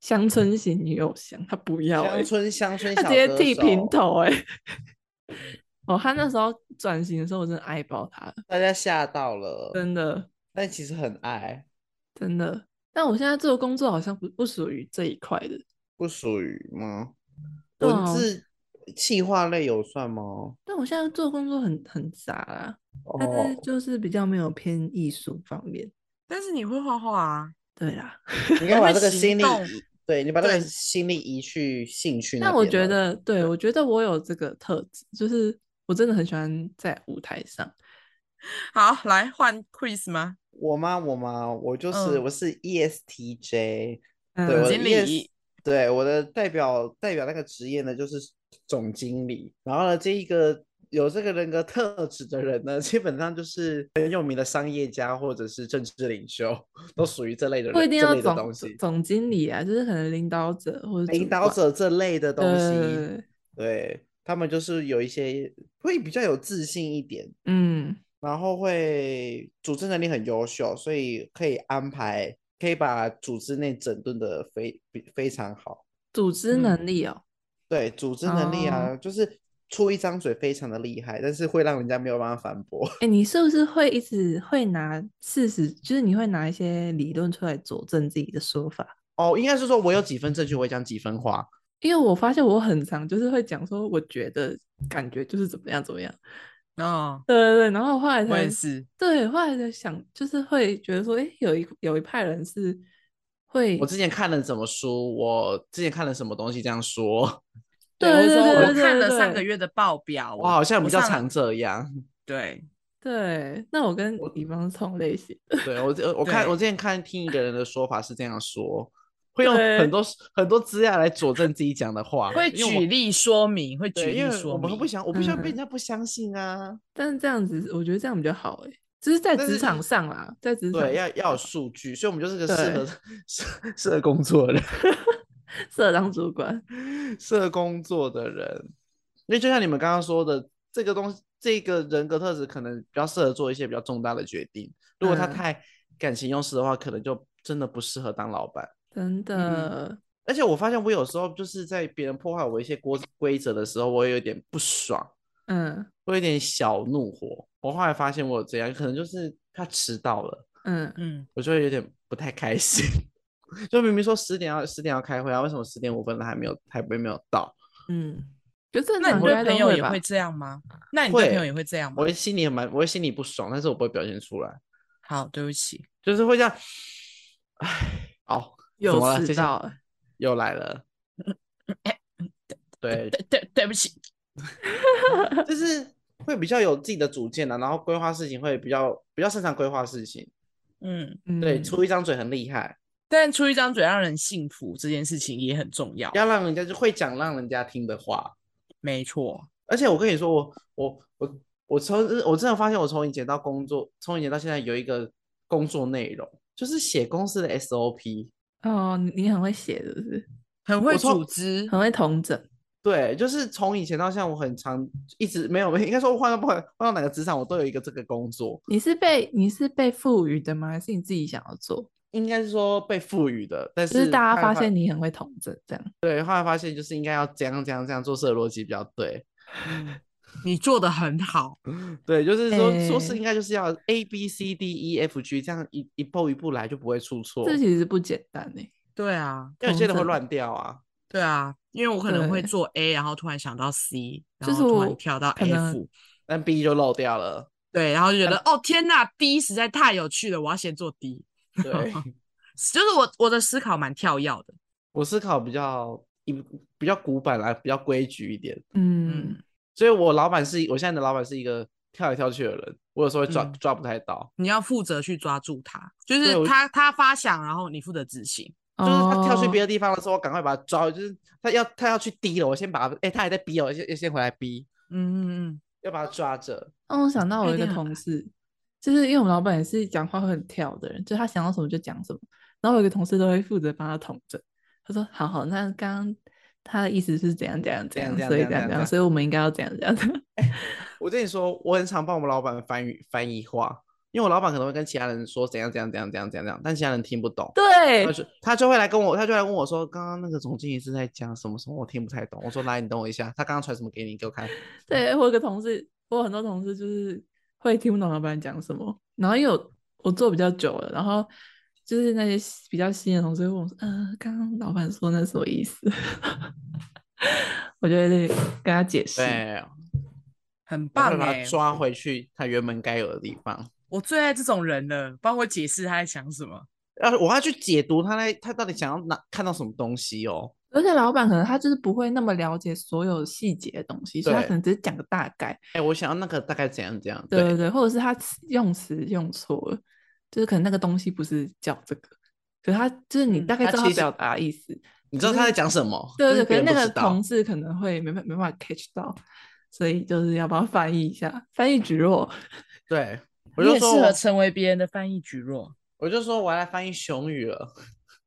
Speaker 1: 乡村型女偶像，他不要、欸，
Speaker 2: 乡村乡村
Speaker 1: 他
Speaker 2: 小
Speaker 1: 直接
Speaker 2: 歌
Speaker 1: 剃平
Speaker 2: 手
Speaker 1: 头、欸，哎，哦，他那时候转型的时候，我真的爱爆他了，
Speaker 2: 大家吓到了，
Speaker 1: 真的
Speaker 2: 但其实很爱，
Speaker 1: 真的。但我现在做的工作好像不不属于这一块的，
Speaker 2: 不属于吗？
Speaker 1: 对
Speaker 2: 文
Speaker 1: 啊
Speaker 2: 字气化类有算吗？
Speaker 1: 但我现在做的工作很很杂啦，
Speaker 2: 哦
Speaker 1: 但 *laughs* 是，就是比较没有偏艺术方面。
Speaker 3: 但是你会画画啊？
Speaker 1: 对啦，
Speaker 2: 你应该把
Speaker 3: 会
Speaker 2: 这个
Speaker 3: 行
Speaker 2: 心力
Speaker 3: 动
Speaker 2: 移，对你把这个
Speaker 3: 对
Speaker 2: 心力移去兴趣那
Speaker 1: 但我
Speaker 2: 边
Speaker 1: 觉
Speaker 2: 了
Speaker 1: 得，对我觉得我有这个特质，就是我真的很喜欢在舞台上。
Speaker 3: 好，来换 Chris 吗？
Speaker 2: 我吗？我吗？我就是
Speaker 3: 嗯
Speaker 2: 我是 E ESTJ，
Speaker 1: 嗯，
Speaker 2: 对，我的
Speaker 3: 经理
Speaker 2: ES 对，我的代表代表那个职业呢，就是总经理。然后呢，这一个有这个人格特质的人呢，基本上就是很有名的商业家或者是政治领袖，都属于这类的人，
Speaker 1: 不一定
Speaker 2: 这
Speaker 1: 要
Speaker 2: 类的
Speaker 1: 总
Speaker 2: 东西，
Speaker 1: 总经理啊，就是可能领导者或者
Speaker 2: 领
Speaker 1: 主
Speaker 2: 导
Speaker 1: 管
Speaker 2: 者这类的东西，
Speaker 1: 对
Speaker 2: 对他们就是有一些会比较有自信一点，
Speaker 1: 嗯，
Speaker 2: 然后会组织能力很优秀，所以可以安排，可以把组织内整顿的非比非常好。
Speaker 1: 组织
Speaker 3: 嗯
Speaker 1: 能力哦，
Speaker 2: 对，组织能力
Speaker 3: 哦
Speaker 2: 啊，就是出一张嘴非常的厉害，但是会让人家没有办法反驳。 *laughs*
Speaker 1: 哎、你是不是会一直会拿事实，就是你会拿一些理论出来佐证自己的说法？
Speaker 2: 哦，应该是说我有几分证据，我会讲几分话。
Speaker 1: 因为我发现我很常就是会讲说，我觉得感觉就是怎么样怎么样，
Speaker 3: 哦，
Speaker 1: 对对对，然后后来
Speaker 3: 我
Speaker 1: 才
Speaker 3: 也是。
Speaker 1: 对，后来在想，就是会觉得说，哎，有一有一派人是会，
Speaker 2: 我之前看了什么书，我之前看了什么东西这样说，
Speaker 1: 对
Speaker 3: 我是说
Speaker 1: 对
Speaker 3: 我
Speaker 1: 对对
Speaker 3: 看了
Speaker 1: 对
Speaker 3: 上个
Speaker 1: 对
Speaker 3: 月的报表，
Speaker 2: 我好像比较
Speaker 3: 上
Speaker 2: 常这样。
Speaker 3: 对，
Speaker 1: 对，那我跟
Speaker 2: 我
Speaker 1: 乙方是同类型的，
Speaker 2: 对我，我看我之前看听一个人的说法是这样说，会用很
Speaker 1: 对
Speaker 2: 多很多资料来佐证自己讲的话，
Speaker 3: 会
Speaker 2: 因为我
Speaker 3: 举例说明，会举
Speaker 2: 对，
Speaker 3: 例
Speaker 2: 因为
Speaker 3: 说
Speaker 2: 我们
Speaker 3: 明。
Speaker 2: 不想，我不想被
Speaker 1: 嗯
Speaker 2: 人家不相信啊。
Speaker 1: 但是这样子，我觉得这样比较好哎，就是在
Speaker 2: 但
Speaker 1: 职
Speaker 2: 是
Speaker 1: 场上啦，在职场
Speaker 2: 对，要要有
Speaker 1: 上
Speaker 2: 数据，所以我们就是个适
Speaker 1: 对
Speaker 2: 合适适合工作的人。
Speaker 1: 社当主管，
Speaker 2: *laughs* 社工作的人，因为就像你们刚刚说的，这个东西，这个人格特质可能比较适合做一些比较重大的决定。如果他
Speaker 1: 嗯
Speaker 2: 太感情用事的话，可能就真的不适合当老板。
Speaker 1: 真的，
Speaker 2: 而且我发现，我有时候就是在别人破坏我一些规规则的时候，我也有点不爽，
Speaker 1: 嗯
Speaker 2: 我有点小怒火。我后来发现我有这样，可能就是他迟到了，
Speaker 1: 嗯
Speaker 3: 嗯，
Speaker 2: 我就会有点不太开心。 *laughs* 就明明说十点要十点要开会啊，为什么十点五分了还没有还没有到？
Speaker 1: 嗯，就正
Speaker 3: 那
Speaker 1: 常
Speaker 3: 你
Speaker 1: 应
Speaker 3: 对
Speaker 1: 该
Speaker 3: 朋
Speaker 1: 都
Speaker 3: 友也
Speaker 1: 吧
Speaker 3: 会？这样吗？那你对朋友
Speaker 2: 会
Speaker 3: 也会这样吗
Speaker 2: 我？会心里也蛮，我会心里不爽，但是我不会表现出来，
Speaker 3: 好，对不起，
Speaker 2: 就是会这样。唉，好，怎
Speaker 1: 有
Speaker 2: 么了
Speaker 1: 迟
Speaker 2: 接下
Speaker 1: 到了，
Speaker 2: 又来了。对，
Speaker 3: 对对对不起，
Speaker 2: 就是会比较有自己的主见的、啊然后规划事情会比较比较擅长规划事情。
Speaker 3: 嗯，
Speaker 2: 对，
Speaker 1: 嗯
Speaker 2: 出一张嘴很厉害，
Speaker 3: 但出一张嘴让人幸福这件事情也很重要，
Speaker 2: 要让人家就会讲让人家听的话。
Speaker 3: 没错，
Speaker 2: 而且我跟你说，我我我我从我真的发现，我从以前到工作，从以前到现在有一个工作内容，就是写公司的 SOP。
Speaker 1: 哦，你你很会写是不是？
Speaker 3: 很会
Speaker 2: 我从
Speaker 3: 组织，
Speaker 1: 很会统整，
Speaker 2: 对，就是从以前到现在，我很常一直没有，应该说换到不管换到哪个职场，我都有一个这个工作，
Speaker 1: 你是被你是被赋予的吗？还是你自己想要做？
Speaker 2: 应该是说被赋予的。但
Speaker 1: 就是
Speaker 2: 是
Speaker 1: 大
Speaker 2: 后
Speaker 1: 家
Speaker 2: 来
Speaker 1: 发现你很会统整，这样
Speaker 2: 对，后来发现就是应该要怎样怎样怎样做事的逻辑比较对。
Speaker 3: 嗯，你做的很好，
Speaker 2: 对，就是说、说事
Speaker 1: 诶
Speaker 2: 应该就是要 A B C D E F G 这样一一步一步来，就不会出错。
Speaker 1: 这
Speaker 2: 因
Speaker 1: 其实不简单欸呢、
Speaker 3: 对啊，
Speaker 2: 为有些人
Speaker 1: 同
Speaker 2: 会
Speaker 1: 整
Speaker 2: 乱掉啊。
Speaker 3: 对啊，因为我可能会
Speaker 1: 对
Speaker 3: 做 A，然后突然想到 C，然
Speaker 1: 就是
Speaker 3: 后突
Speaker 1: 我
Speaker 3: 然跳到
Speaker 1: 可能
Speaker 3: F，
Speaker 2: 但 B 就漏
Speaker 1: *laughs*
Speaker 2: 掉了。
Speaker 3: 对，然后就觉得哦天呐，D 实在太有趣了，我要先做 D，
Speaker 2: 对 *laughs*
Speaker 3: 就是我我的思考蛮跳跃的，
Speaker 2: 我思考比较一比较古板啦，比较规矩一点，
Speaker 1: 嗯，
Speaker 2: 所以我老板是我现在的老板是一个跳来跳去的人，我有时候会抓、
Speaker 3: 嗯
Speaker 2: 抓不太到，
Speaker 3: 你要负责去抓住它，就
Speaker 2: 对我
Speaker 3: 是他他发想，然后你负责执行，
Speaker 2: 就是他跳去别
Speaker 1: 哦
Speaker 2: 的地方的时候，我赶快把他抓，就是他要他要去 D 了，我先把他哎、他还在 B 哦，我先先回来 B，
Speaker 3: 嗯嗯
Speaker 2: 要把他抓着。
Speaker 1: 让我想到我
Speaker 3: 那一
Speaker 1: 一个
Speaker 3: 定很
Speaker 1: 同事，就是因为我们老板也是讲话会很跳的人，就他想到什么就讲什么。然后我有一个同事都会负责帮他统整，他说：“好好，那刚刚他的意思是怎样怎样
Speaker 2: 怎
Speaker 1: 怎
Speaker 2: 样
Speaker 1: 样，
Speaker 2: 怎样
Speaker 1: 所以
Speaker 2: 怎样
Speaker 1: 怎样
Speaker 2: 怎
Speaker 1: 怎
Speaker 2: 样
Speaker 1: 样，所以我们应该要怎样怎样。怎样
Speaker 2: 我跟你说，我很常帮我们老板翻译翻译话，因为我老板可能会跟其他人说怎样怎样怎样怎样怎样怎样，但其他人听不懂”，他
Speaker 1: 对，
Speaker 2: 就他就会来跟我，他就来问我说，刚刚那个总经理是在讲什么什么，我听不太懂。我说来，你等我一下，他刚刚传什么给你，给我看。
Speaker 1: 对我有个同事，我有很多同事就是会听不懂老板讲什么，然后因为我我做比较久了，然后就是那些新比较新的同事会问我说：“呃，刚刚老板说那什么意思？” *laughs* 我就会跟他解释。
Speaker 2: 对，
Speaker 3: 嗯，很
Speaker 2: 然后
Speaker 3: 棒
Speaker 2: 把
Speaker 3: 哎、
Speaker 2: 他抓回去他原本该有的地方。
Speaker 3: 我最爱这种人了，帮我解释他在想什么，
Speaker 2: 要呃我要去解读他那他到底想要拿看到什么东西哦。
Speaker 1: 而且老板可能他就是不会那么了解所有细节的东西，所以他
Speaker 2: 对
Speaker 1: 可能只是讲个大概，
Speaker 2: 哎，我想要那个大概怎样怎样。
Speaker 1: 对对对，或者是他词用词用错了，就是可能那个东西不是叫这个，可是他就是你
Speaker 3: 嗯
Speaker 1: 大概
Speaker 2: 他
Speaker 1: 知道
Speaker 2: 其
Speaker 1: 他
Speaker 2: 实
Speaker 1: 表达的意思，
Speaker 2: 你知道
Speaker 1: 可
Speaker 2: 他在
Speaker 1: 是
Speaker 2: 讲什么？
Speaker 1: 对
Speaker 2: 但
Speaker 1: 对对，
Speaker 2: 是
Speaker 1: 可是
Speaker 2: 别
Speaker 1: 那
Speaker 2: 人
Speaker 1: 个
Speaker 2: 不知道
Speaker 1: 同事可能会没办没办法 catch 到，所以就是要帮他翻译一下，翻译举弱，
Speaker 2: 对，我
Speaker 3: 你
Speaker 2: 就
Speaker 3: 也适
Speaker 2: 说我
Speaker 3: 合成为别人的翻译举弱， *laughs*
Speaker 2: 我就说我要来翻译熊语了，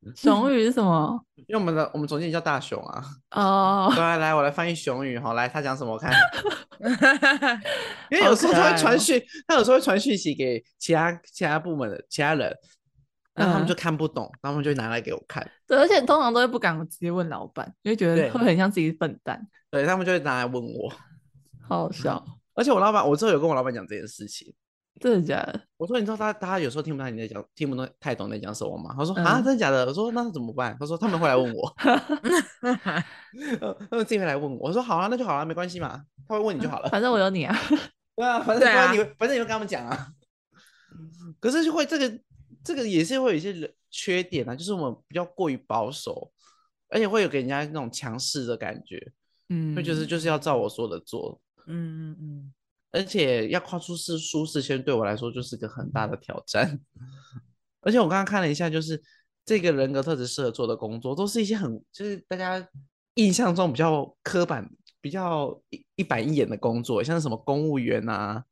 Speaker 2: 嗯
Speaker 1: 熊语是什么？
Speaker 2: 因为我们的我们总经理叫大熊
Speaker 1: *laughs*
Speaker 2: 啊。
Speaker 1: 哦，
Speaker 2: 对，来我来翻译熊语好，来他讲什么我
Speaker 1: *laughs*
Speaker 2: 看。
Speaker 3: 嗯
Speaker 2: 因为
Speaker 1: 好
Speaker 2: 有时候
Speaker 1: 可
Speaker 2: 他
Speaker 1: 爱
Speaker 2: 会
Speaker 1: 哦
Speaker 2: 传讯，他有时候会传讯息给其他其他部门的其他人，那他们
Speaker 1: 嗯
Speaker 2: 就看不懂，然后他们就拿来给我看，
Speaker 1: 对，而且通常都会不敢直接问老板，因为觉
Speaker 2: 对
Speaker 1: 得会很像自己笨蛋，
Speaker 2: 对他们就会拿来问我。
Speaker 1: 好
Speaker 2: 嗯
Speaker 1: 好笑，
Speaker 2: 而且我老板，我之后有跟我老板讲这件事情，
Speaker 1: 真的假的？
Speaker 2: 我说你知道他他有时候听不到你在讲，听不懂太懂你在讲什么吗？他说啊，
Speaker 1: 嗯
Speaker 2: 真的假的？我说那怎么办？他说他们会来问我， *laughs* 呃他们自己会来问我。我说好啊，那就好啊，没关系嘛，他会问你就好了。 *laughs*
Speaker 1: 反正我有你啊。
Speaker 2: 对啊，反正不
Speaker 3: 对
Speaker 2: 然
Speaker 3: 啊
Speaker 2: 你会，反正你会跟他们讲啊。可是就会这个这个也是会有一些人缺点啊，就是我们比较过于保守，而且会有给人家那种强势的感觉，
Speaker 1: 嗯，
Speaker 2: 会就是就是要照我说的做，
Speaker 3: 嗯嗯嗯，
Speaker 2: 而且要跨出是舒适圈，对我来说就是个很大的挑战。 *laughs* 而且我刚刚看了一下，就是这个人格特质适合做的工作，都是一些很就是大家印象中比较刻板、比较一一板一眼的工作，像是什么公务员啊、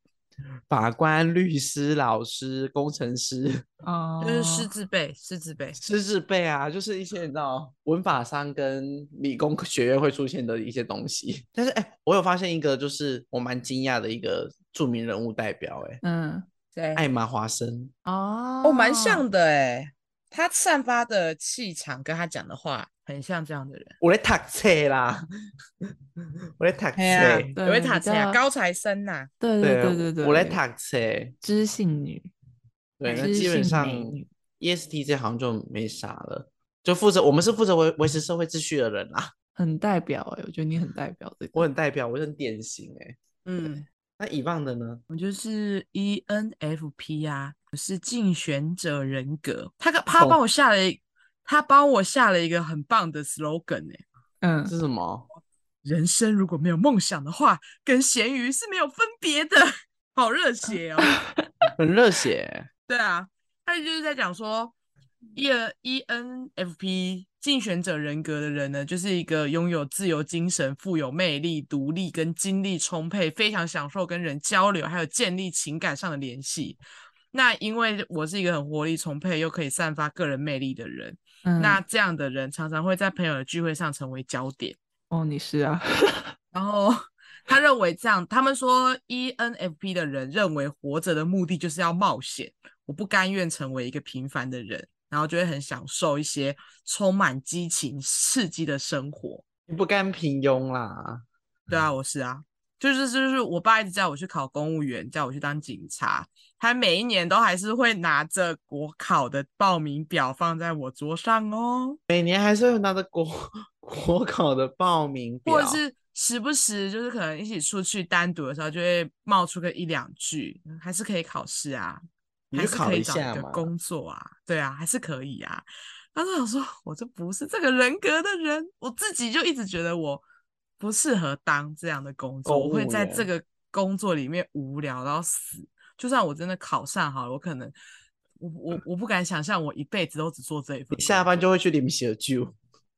Speaker 2: 法官、律师、老师、工程师、 *laughs*
Speaker 1: 哦，
Speaker 3: 就是师字辈，师字辈。
Speaker 2: 师字辈啊，就是一些你知道文法商跟理工学院会出现的一些东西。但是哎、我有发现一个，就是我蛮惊讶的一个著名人物代表、哎，
Speaker 1: 嗯，
Speaker 3: 对
Speaker 2: 艾玛华生，
Speaker 1: 哦，
Speaker 3: 哦，蛮像的哎、他散发的气场跟他讲的话很像这样的人。
Speaker 2: 我在读册啦， *laughs* 我在读
Speaker 3: 哎呀，
Speaker 2: 册。
Speaker 3: 有
Speaker 1: 对
Speaker 3: 位塔
Speaker 1: 比
Speaker 3: 菜啊，
Speaker 1: 较
Speaker 3: 高材生呐、
Speaker 1: 对对对对对，
Speaker 2: 我在读册。
Speaker 1: 知性女，
Speaker 2: 对，那
Speaker 1: 知
Speaker 2: 基本
Speaker 1: 性
Speaker 2: 上 E
Speaker 1: 美女
Speaker 2: ESTJ 好像就没啥了，就负责我们是负责维维持社会秩序的人啦。
Speaker 1: 很代表哎、我觉得你很代表这个。
Speaker 2: 我很代表，我是很典型哎、
Speaker 3: 嗯，
Speaker 2: 那以往的呢？
Speaker 3: 我就是 E ENFP 啊，我是竞选者人格。他个他
Speaker 2: 好
Speaker 3: 帮我下了一，他帮我下了一个很棒的 slogan 哎、
Speaker 1: 嗯，
Speaker 2: 是什么？
Speaker 3: 人生如果没有梦想的话，跟咸鱼是没有分别的。 *laughs* 好热血哦！
Speaker 2: 很热血欸、
Speaker 3: 对啊，他就是在讲说，E E N F P 竞选者人格的人呢，就是一个拥有自由精神、富有魅力、独立跟精力充沛，非常享受跟人交流，还有建立情感上的联系。那因为我是一个很活力充沛又可以散发个人魅力的人，
Speaker 1: 嗯
Speaker 3: 那这样的人常常会在朋友的聚会上成为焦点。
Speaker 1: 哦，你是啊，
Speaker 3: 然后他认为这样，他们说 E ENFP 的人认为活着的目的就是要冒险，我不甘愿成为一个平凡的人，然后就会很享受一些充满激情、刺激的生活。
Speaker 2: 你不甘平庸啦。
Speaker 3: 对啊，我是啊，就是就是我爸一直叫我去考公务员，叫我去当警察，他每一年都还是会拿着国考的报名表放在我桌上哦。
Speaker 2: 每年还是会拿着国 *laughs* 国考的报名表，
Speaker 3: 或者是时不时就是可能一起出去单独的时候，就会冒出个一两句，嗯还是可以考试啊，
Speaker 2: 你
Speaker 3: 还
Speaker 2: 就是考
Speaker 3: 可以
Speaker 2: 一
Speaker 3: 找
Speaker 2: 下
Speaker 3: 一个
Speaker 2: 嘛
Speaker 3: 工作啊，对啊，还是可以啊。但是我说，我就不是这个人格的人，我自己就一直觉得我不适合当这样的工作，
Speaker 2: 公
Speaker 3: 我会
Speaker 2: 务
Speaker 3: 在
Speaker 2: 员
Speaker 3: 这个工作里面无聊到死。就算我真的考上好了，我可能我我我不敢想象我一辈子都只做这一份工
Speaker 2: 你
Speaker 3: 作。
Speaker 2: 下班就会去领小酒。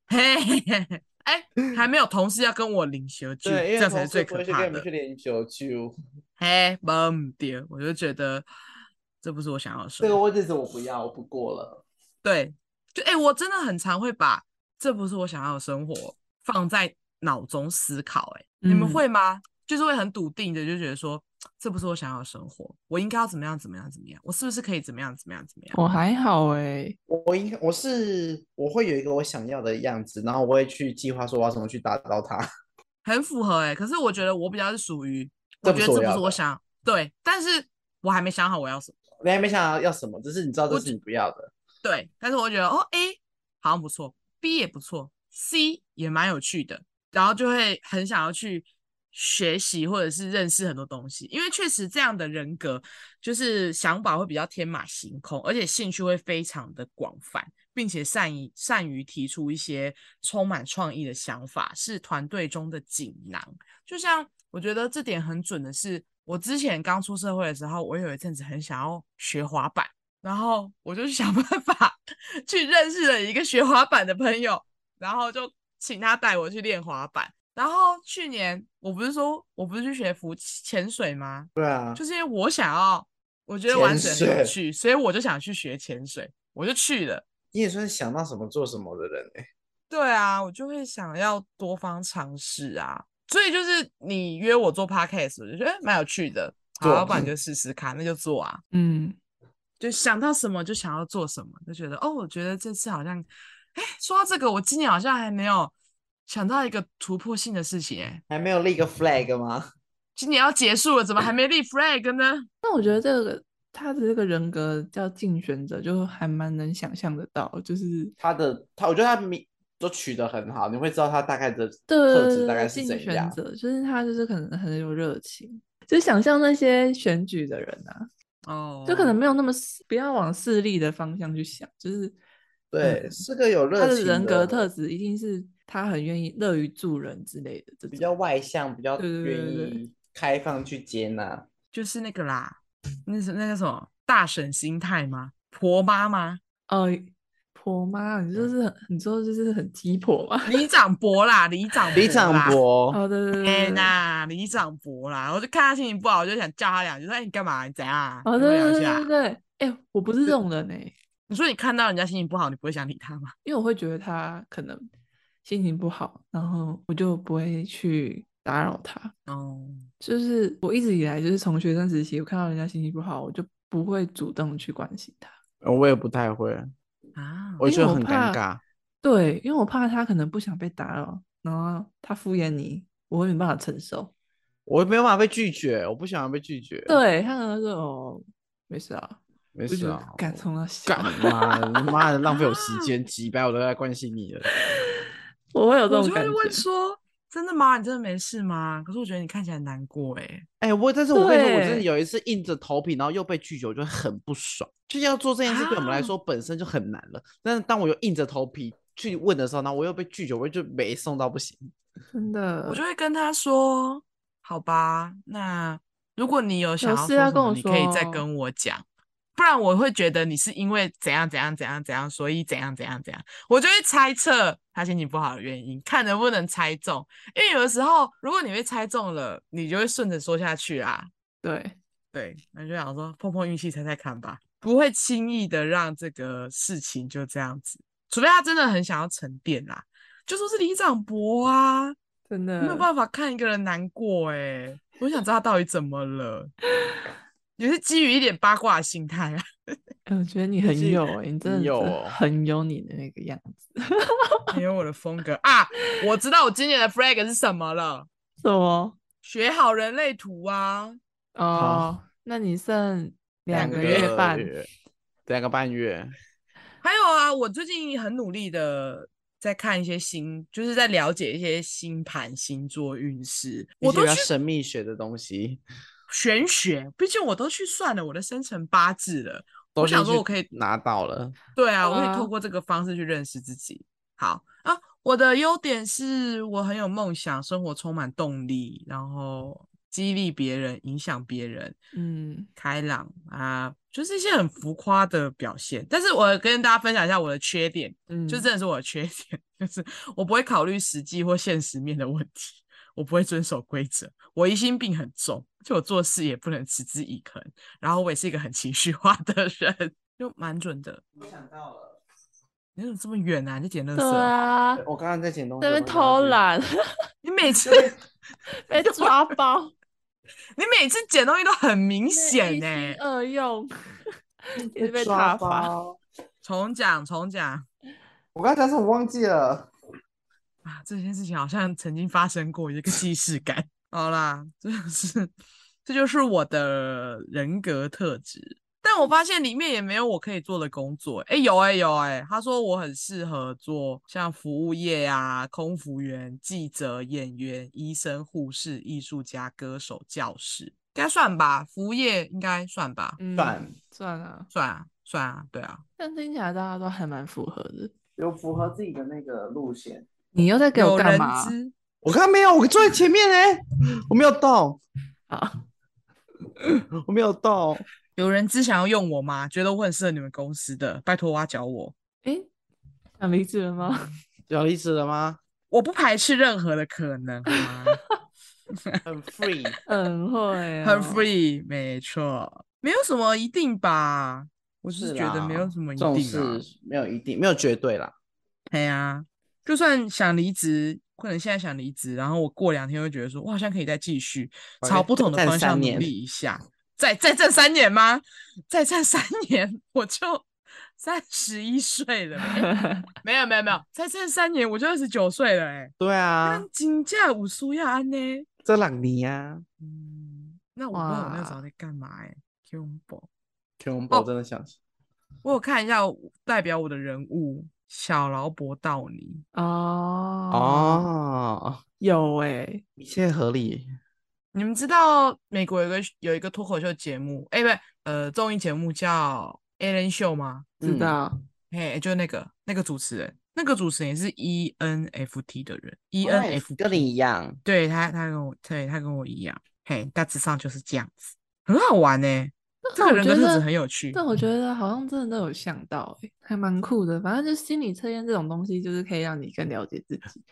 Speaker 3: 嘿嘿嘿嘿，哎，还没有同事要跟我领休假，
Speaker 2: 对，
Speaker 3: 这
Speaker 2: 因为
Speaker 3: 样才
Speaker 2: 同
Speaker 3: 是
Speaker 2: 事
Speaker 3: 最
Speaker 2: 不
Speaker 3: 可
Speaker 2: 会去
Speaker 3: 怕
Speaker 2: 跟你们
Speaker 3: 的
Speaker 2: 去。领小酒。
Speaker 3: 嘿，不对，我就觉得这不是我想要的生
Speaker 2: 这个
Speaker 3: 活。
Speaker 2: 位置我不要，我不过了。
Speaker 3: 对，就哎，我真的很常会把这不是我想要的生活放在脑中思考。哎，你们
Speaker 1: 嗯
Speaker 3: 会吗？就是会很笃定的，就觉得说这不是我想要的生活，我应该要怎么样怎么样怎么样，我是不是可以怎么样怎么样怎么样？
Speaker 2: 哦
Speaker 1: 我还好哎、
Speaker 2: 我应该我是我会有一个我想要的样子，然后我会去计划说我要怎么去达到它。 *laughs*
Speaker 3: 很符合哎、可是我觉得我比较是属于，
Speaker 2: 这
Speaker 3: 我
Speaker 2: 不
Speaker 3: 觉
Speaker 2: 是
Speaker 3: 得
Speaker 2: 我
Speaker 3: 这不
Speaker 2: 要
Speaker 3: 是我
Speaker 2: 的
Speaker 3: 想对，但是我还没想好我要什么。
Speaker 2: 你还没想到要什么，只是你知道这
Speaker 3: 我
Speaker 2: 是你不要的。
Speaker 3: 对，但是我觉得哦，A 好像不错，B 也不错，C 也蛮有趣的，然后就会很想要去学习或者是认识很多东西，因为确实这样的人格就是想法会比较天马行空，而且兴趣会非常的广泛，并且善于善于提出一些充满创意的想法，是团队中的锦囊。就像我觉得这点很准的是，我之前刚出社会的时候，我有一阵子很想要学滑板，然后我就想办法 *laughs* 去认识了一个学滑板的朋友，然后就请他带我去练滑板。然后去年我不是说我不是去学浮潜水吗？
Speaker 2: 对啊，
Speaker 3: 就是因为我想要，我觉得玩水
Speaker 2: 潜
Speaker 3: 很有
Speaker 2: 水
Speaker 3: 趣，所以我就想去学潜水，我就去了。
Speaker 2: 你也算是想到什么做什么的人哎、
Speaker 3: 对啊，我就会想要多方尝试啊。所以就是你约我做 podcast，我就觉得哎蛮有趣的，好啊，
Speaker 2: 做
Speaker 3: 不然就试试看，那就做啊。
Speaker 1: 嗯，
Speaker 3: 就想到什么就想要做什么，就觉得哦，我觉得这次好像，哎，说到这个，我今年好像还没有想到一个突破性的事情，哎，
Speaker 2: 还没有立个 flag 吗？
Speaker 3: 今年要结束了，怎么还没立 flag 呢？
Speaker 1: 那我觉得这个他的这个人格叫竞选者，就还蛮能想象得到，就是
Speaker 2: 他的他，我觉得他名都取得很好，你会知道他大概的特质
Speaker 1: 对
Speaker 2: 大概是
Speaker 1: 竞
Speaker 2: 怎
Speaker 1: 选
Speaker 2: 样。
Speaker 1: 者，就是他就是可能很有热情，就想象那些选举的人啊，
Speaker 3: 哦，
Speaker 1: 就可能没有那么势不要往势力的方向去想，就是
Speaker 2: 对，
Speaker 1: 嗯
Speaker 2: 是个有热
Speaker 1: 他
Speaker 2: 情
Speaker 1: 的人格
Speaker 2: 的
Speaker 1: 特质一定是他很愿意乐于助人之类的这
Speaker 2: 比
Speaker 1: 种。
Speaker 2: 较外向，比较
Speaker 1: 对对
Speaker 2: 愿
Speaker 1: 对对对
Speaker 2: 意开放去接纳。
Speaker 3: 就是那个啦，那是那个什么大婶心态吗？婆妈吗？
Speaker 1: 呃，婆吗？你
Speaker 2: 嗯
Speaker 1: 就是很，你说就是很鸡婆吗？ *laughs*
Speaker 3: 李长博啦，李长
Speaker 2: 李长
Speaker 3: 啦，
Speaker 2: 博，
Speaker 1: 哦，对对对
Speaker 3: 天
Speaker 1: 对，对
Speaker 3: 呐，李长博啦，我就看他心情不好，我就想叫他两句，说哎你干嘛？你怎样啊？
Speaker 1: 哦，
Speaker 3: 你跟我
Speaker 1: 对
Speaker 3: 聊
Speaker 1: 对
Speaker 3: 一
Speaker 1: 对
Speaker 3: 下
Speaker 1: 对。对，哎，我不是这种人哎，
Speaker 3: 你说你看到人家心情不好，你不会想理他吗？
Speaker 1: 因为我会觉得他可能心情不好，然后我就不会去打扰他。
Speaker 3: 哦，
Speaker 1: 就是我一直以来，就是从学生时期，我看到人家心情不好，我就不会主动去关心他。
Speaker 2: 呃我也不太会，
Speaker 3: 啊，
Speaker 2: 我
Speaker 1: 因
Speaker 2: 觉
Speaker 1: 为
Speaker 2: 得
Speaker 1: 我
Speaker 2: 很尴
Speaker 1: 怕
Speaker 2: 尬。
Speaker 1: 对，因为我怕他可能不想被打扰，然后他敷衍你，我会没办法承受。
Speaker 2: 我没有办法被拒绝，我不喜欢被拒绝。，
Speaker 1: 对他可能说哦，没事啊，
Speaker 2: 没
Speaker 1: 我就
Speaker 2: 事
Speaker 1: 觉得
Speaker 2: 啊，
Speaker 1: 敢冲他笑
Speaker 2: 干，妈的，妈的，浪费我时间，几百我都在关心你了。
Speaker 1: 我会有这
Speaker 3: 我
Speaker 1: 种
Speaker 3: 就
Speaker 1: 感
Speaker 3: 会问
Speaker 1: 觉。
Speaker 3: 说，真的吗？你真的没事吗？可是我觉得你看起来很难过哎、
Speaker 2: 哎、我但是我跟你说，我真的
Speaker 1: 对
Speaker 2: 有一次硬着头皮，然后又被拒绝，我就很不爽。就是要做这件事，对我们来
Speaker 3: 啊
Speaker 2: 说本身就很难了，但是当我又硬着头皮去问的时候，然后我又被拒绝，我就没送到不行。
Speaker 1: 真的，
Speaker 3: 我就会跟他说，好吧，那如果你有想要
Speaker 1: 事
Speaker 3: 说
Speaker 1: 要
Speaker 3: 什
Speaker 1: 跟
Speaker 3: 么
Speaker 1: 我
Speaker 3: 你可以再
Speaker 1: 说
Speaker 3: 跟我讲，不然我会觉得你是因为怎样怎样怎样怎样，所以怎样怎样怎样，我就会猜测他心情不好的原因，看能不能猜中。因为有的时候，如果你被猜中了，你就会顺着说下去啦。
Speaker 1: 对，
Speaker 3: 对，那就想说碰碰运气猜猜看吧，不会轻易的让这个事情就这样子，除非他真的很想要沉淀啦，就说是李长博啊，
Speaker 1: 真的
Speaker 3: 没有办法看一个人难过哎、我想知道他到底怎么了，也是基于一点八卦的心态啊。 *laughs*
Speaker 1: 哎我觉得你很
Speaker 2: 是
Speaker 1: 有哎、你真的
Speaker 2: 有
Speaker 1: 是
Speaker 2: 哦
Speaker 1: 很有你的那个样子。
Speaker 3: 没有我的风格啊，我知道我今年的 flag 是什么了，
Speaker 1: 什么？
Speaker 3: 学好人类图啊。
Speaker 1: 哦，那你剩两
Speaker 2: 个
Speaker 1: 个月半，
Speaker 2: 月两个半月。
Speaker 3: 还有啊，我最近很努力的在看一些星，就是在了解一些星盘、星座运势，
Speaker 2: 一
Speaker 3: 我
Speaker 2: 些
Speaker 3: 都
Speaker 2: 比较
Speaker 3: 去
Speaker 2: 神秘学的东西，
Speaker 3: 玄学，毕竟我都去算了我的生辰八字了。
Speaker 2: 都
Speaker 3: 我
Speaker 2: 进
Speaker 3: 想说
Speaker 2: 去
Speaker 3: 我可以
Speaker 2: 拿到了。
Speaker 3: 对啊，我可以
Speaker 1: 啊
Speaker 3: 透过这个方式去认识自己。好啊，我的优点是我很有梦想，生活充满动力，然后激励别人，影响别人，
Speaker 1: 嗯，
Speaker 3: 开朗啊，就是一些很浮夸的表现。但是我跟大家分享一下我的缺点，
Speaker 1: 嗯
Speaker 3: 就真的是我的缺点， *laughs* 就是我不会考虑实际或现实面的问题，我不会遵守规则，我疑心病很重，就我做事也不能持之以恒，然后我也是一个很情绪化的人，就蛮准的。
Speaker 2: 我想到了，
Speaker 3: 你怎么这么远啊？你在捡垃
Speaker 1: 对
Speaker 3: 圾？
Speaker 1: 啊，
Speaker 2: 我刚刚在捡东西，
Speaker 1: 在那
Speaker 2: 我
Speaker 1: 边
Speaker 2: 刚刚
Speaker 1: 偷
Speaker 2: 去，
Speaker 1: 懒 *laughs*
Speaker 3: 你每次
Speaker 1: 被抓包，
Speaker 3: *laughs* 你每次捡东西都很明显
Speaker 1: 一
Speaker 3: 呢、
Speaker 1: 心二用，一直被
Speaker 2: 抓
Speaker 1: 踏伐。
Speaker 2: 包。
Speaker 3: 重讲重讲
Speaker 2: 我刚才讲什么我忘记了？
Speaker 3: 啊！这件事情好像曾经发生过，有一个既视感。好啦，这就是这就是我的人格特质。但我发现里面也没有我可以做的工作、诶哎、有哎、有哎、他说我很适合做像服务业啊、空服员、记者、演员、医生、护士、艺术家、歌手、教师，应该算吧？服务业应该算吧？
Speaker 1: 嗯
Speaker 2: 算
Speaker 1: 算啊，
Speaker 3: 算啊，算啊，对啊，
Speaker 1: 但听起来大家都还蛮符合的。
Speaker 2: 有符合自己的那个路线。
Speaker 1: 你又在给我
Speaker 3: 有
Speaker 1: 干
Speaker 3: 人
Speaker 2: 啊
Speaker 1: 嘛？
Speaker 3: 知
Speaker 2: 我刚刚没有，我坐在前面哎、我没有动，
Speaker 1: 啊，
Speaker 2: 我没有动。
Speaker 3: 有人知想要用我吗？觉得我很适合你们公司的，拜托挖角我。
Speaker 1: 诶，想离职了
Speaker 3: *laughs*
Speaker 1: 吗？
Speaker 2: 有意思了吗？
Speaker 3: 我不排斥任何的可能，好
Speaker 2: *laughs*
Speaker 3: 吗
Speaker 2: 很 *laughs* free，
Speaker 1: 很会、哦，
Speaker 3: 很 free，没 *laughs* 错，没有什么一定吧。我是
Speaker 2: 是
Speaker 3: 觉得没有
Speaker 2: 啦
Speaker 3: 什么一
Speaker 2: 这种
Speaker 3: 定啊。
Speaker 2: 事没有一定，没有绝对啦。
Speaker 3: 对呀、就算想离职，可能现在想离职，然后我过两天会觉得说，我好像可以再继续
Speaker 2: 好
Speaker 3: 朝
Speaker 2: 再
Speaker 3: 不同的
Speaker 2: 战
Speaker 3: 方向
Speaker 2: 三
Speaker 3: 努
Speaker 2: 年
Speaker 3: 力一下。再再战三年吗？再战三年，我就三十一岁了。诶没有没有没有，再战三年我就二十九岁了哎、
Speaker 2: 对啊
Speaker 3: 那，金价五苏亚安呢？
Speaker 2: 这啊朗尼呀、
Speaker 3: 嗯，那我不知道我那时候
Speaker 1: 哇
Speaker 3: 在干嘛哎、欸。Qbo，
Speaker 2: 天龙
Speaker 3: 哦
Speaker 2: 宝真的想死，
Speaker 3: 我有看一下我代表我的人物小劳勃道尼，
Speaker 1: 哦
Speaker 2: 哦，
Speaker 1: 有哎、
Speaker 2: 一切合理。
Speaker 3: 你们知道美国有一个有一个脱口秀节目，哎、不对，呃，综艺节目叫 Ellen Show 吗？
Speaker 1: 知
Speaker 2: 嗯
Speaker 1: 道、
Speaker 3: 嘿，就那个那个主持人，那个主持人也是 E ENFT 的人 E
Speaker 2: 哦那也是
Speaker 3: ，ENFP
Speaker 2: 跟你一样，
Speaker 3: 对他，他跟我，对他跟我一样，嘿，大致上就是这样子，很好玩呢、欸
Speaker 1: 那
Speaker 3: 这
Speaker 1: 那
Speaker 3: 个
Speaker 1: 我
Speaker 3: 人
Speaker 1: 觉
Speaker 3: 格特质
Speaker 1: 得
Speaker 3: 很有趣。
Speaker 1: 但我觉得好像真的都有想到、欸，还蛮酷的。反正就是心理测验这种东西，就是可以让你更了解自己，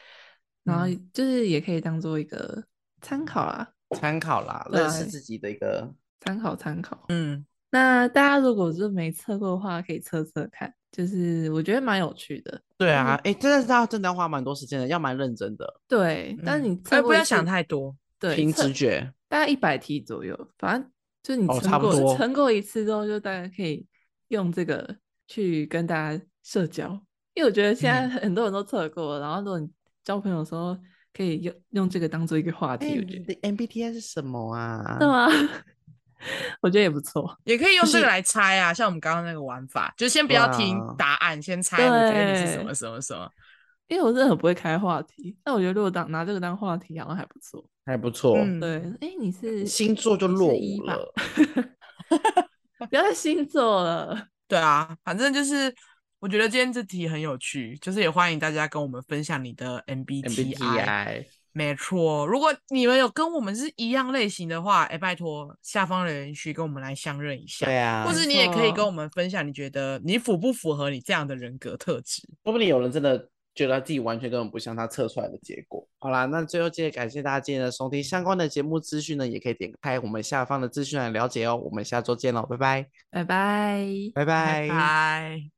Speaker 1: 然后
Speaker 3: 嗯
Speaker 1: 就是也可以当做一个参考啦，
Speaker 2: 参考啦，
Speaker 1: 对
Speaker 2: 认识自己的一个。
Speaker 1: 参考参考。
Speaker 3: 嗯，
Speaker 1: 那大家如果是没测过的话，可以测测看，就是我觉得蛮有趣的。
Speaker 2: 对啊，哎、真的是要真的要花蛮多时间的，要蛮认真的，
Speaker 1: 对，但
Speaker 3: 嗯
Speaker 1: 你
Speaker 3: 哎
Speaker 1: 测
Speaker 3: 不
Speaker 1: 过一
Speaker 3: 要想
Speaker 1: 次
Speaker 3: 太多。
Speaker 1: 对，
Speaker 2: 凭
Speaker 1: 测
Speaker 2: 直觉。
Speaker 1: 大概一百题左右，反正就你
Speaker 2: 哦
Speaker 1: 撑
Speaker 2: 差不
Speaker 1: 过、
Speaker 2: 多
Speaker 1: 撑过一次之后，就大家可以用这个去跟大家社交。因为我觉得现在
Speaker 3: 嗯
Speaker 1: 很多人都测过，然后如果你交朋友的时候，可以用用这个当做一个话
Speaker 2: 哎、
Speaker 1: 题，我觉
Speaker 2: 你
Speaker 1: 得
Speaker 2: 的 MBTI 是什么啊？
Speaker 1: 是吗？我觉得也不错。
Speaker 3: 也可以用
Speaker 2: 就
Speaker 3: 这个
Speaker 2: 是
Speaker 3: 来猜啊，像我们刚刚那个玩法，就先不要听
Speaker 2: 哇
Speaker 3: 答案，先猜你觉得你是什
Speaker 1: 对
Speaker 3: 么什么什么。
Speaker 1: 因为我真的很不会开话题，但我觉得如果当拿这个当话题，好像还不错。
Speaker 2: 还不错。
Speaker 3: 嗯
Speaker 1: 对，哎、你是
Speaker 2: 星座就
Speaker 1: 你是
Speaker 2: 落
Speaker 1: 一
Speaker 2: 伍
Speaker 1: 吧
Speaker 2: 了，
Speaker 1: *laughs* 不要再星座了。
Speaker 3: 对啊，反正就是我觉得今天这题很有趣，就是也欢迎大家跟我们分享你的 MBTI。
Speaker 2: MBTI
Speaker 3: 没错，如果你们有跟我们是一样类型的话，哎，拜托下方留言区跟我们来相认一下，
Speaker 2: 对啊，
Speaker 3: 或
Speaker 1: 没
Speaker 3: 是你也可以跟
Speaker 1: 错
Speaker 3: 我们分享，你觉得你符不符合你这样的人格特质？
Speaker 2: 说不定有人真的觉得自己完全根本不像他测出来的结果。好啦，那最后记得感谢大家今天的收听，相关的节目资讯呢，也可以点开我们下方的资讯来了解哦。我们下周见喽，拜拜，
Speaker 1: 拜拜。
Speaker 2: 拜
Speaker 3: 拜拜。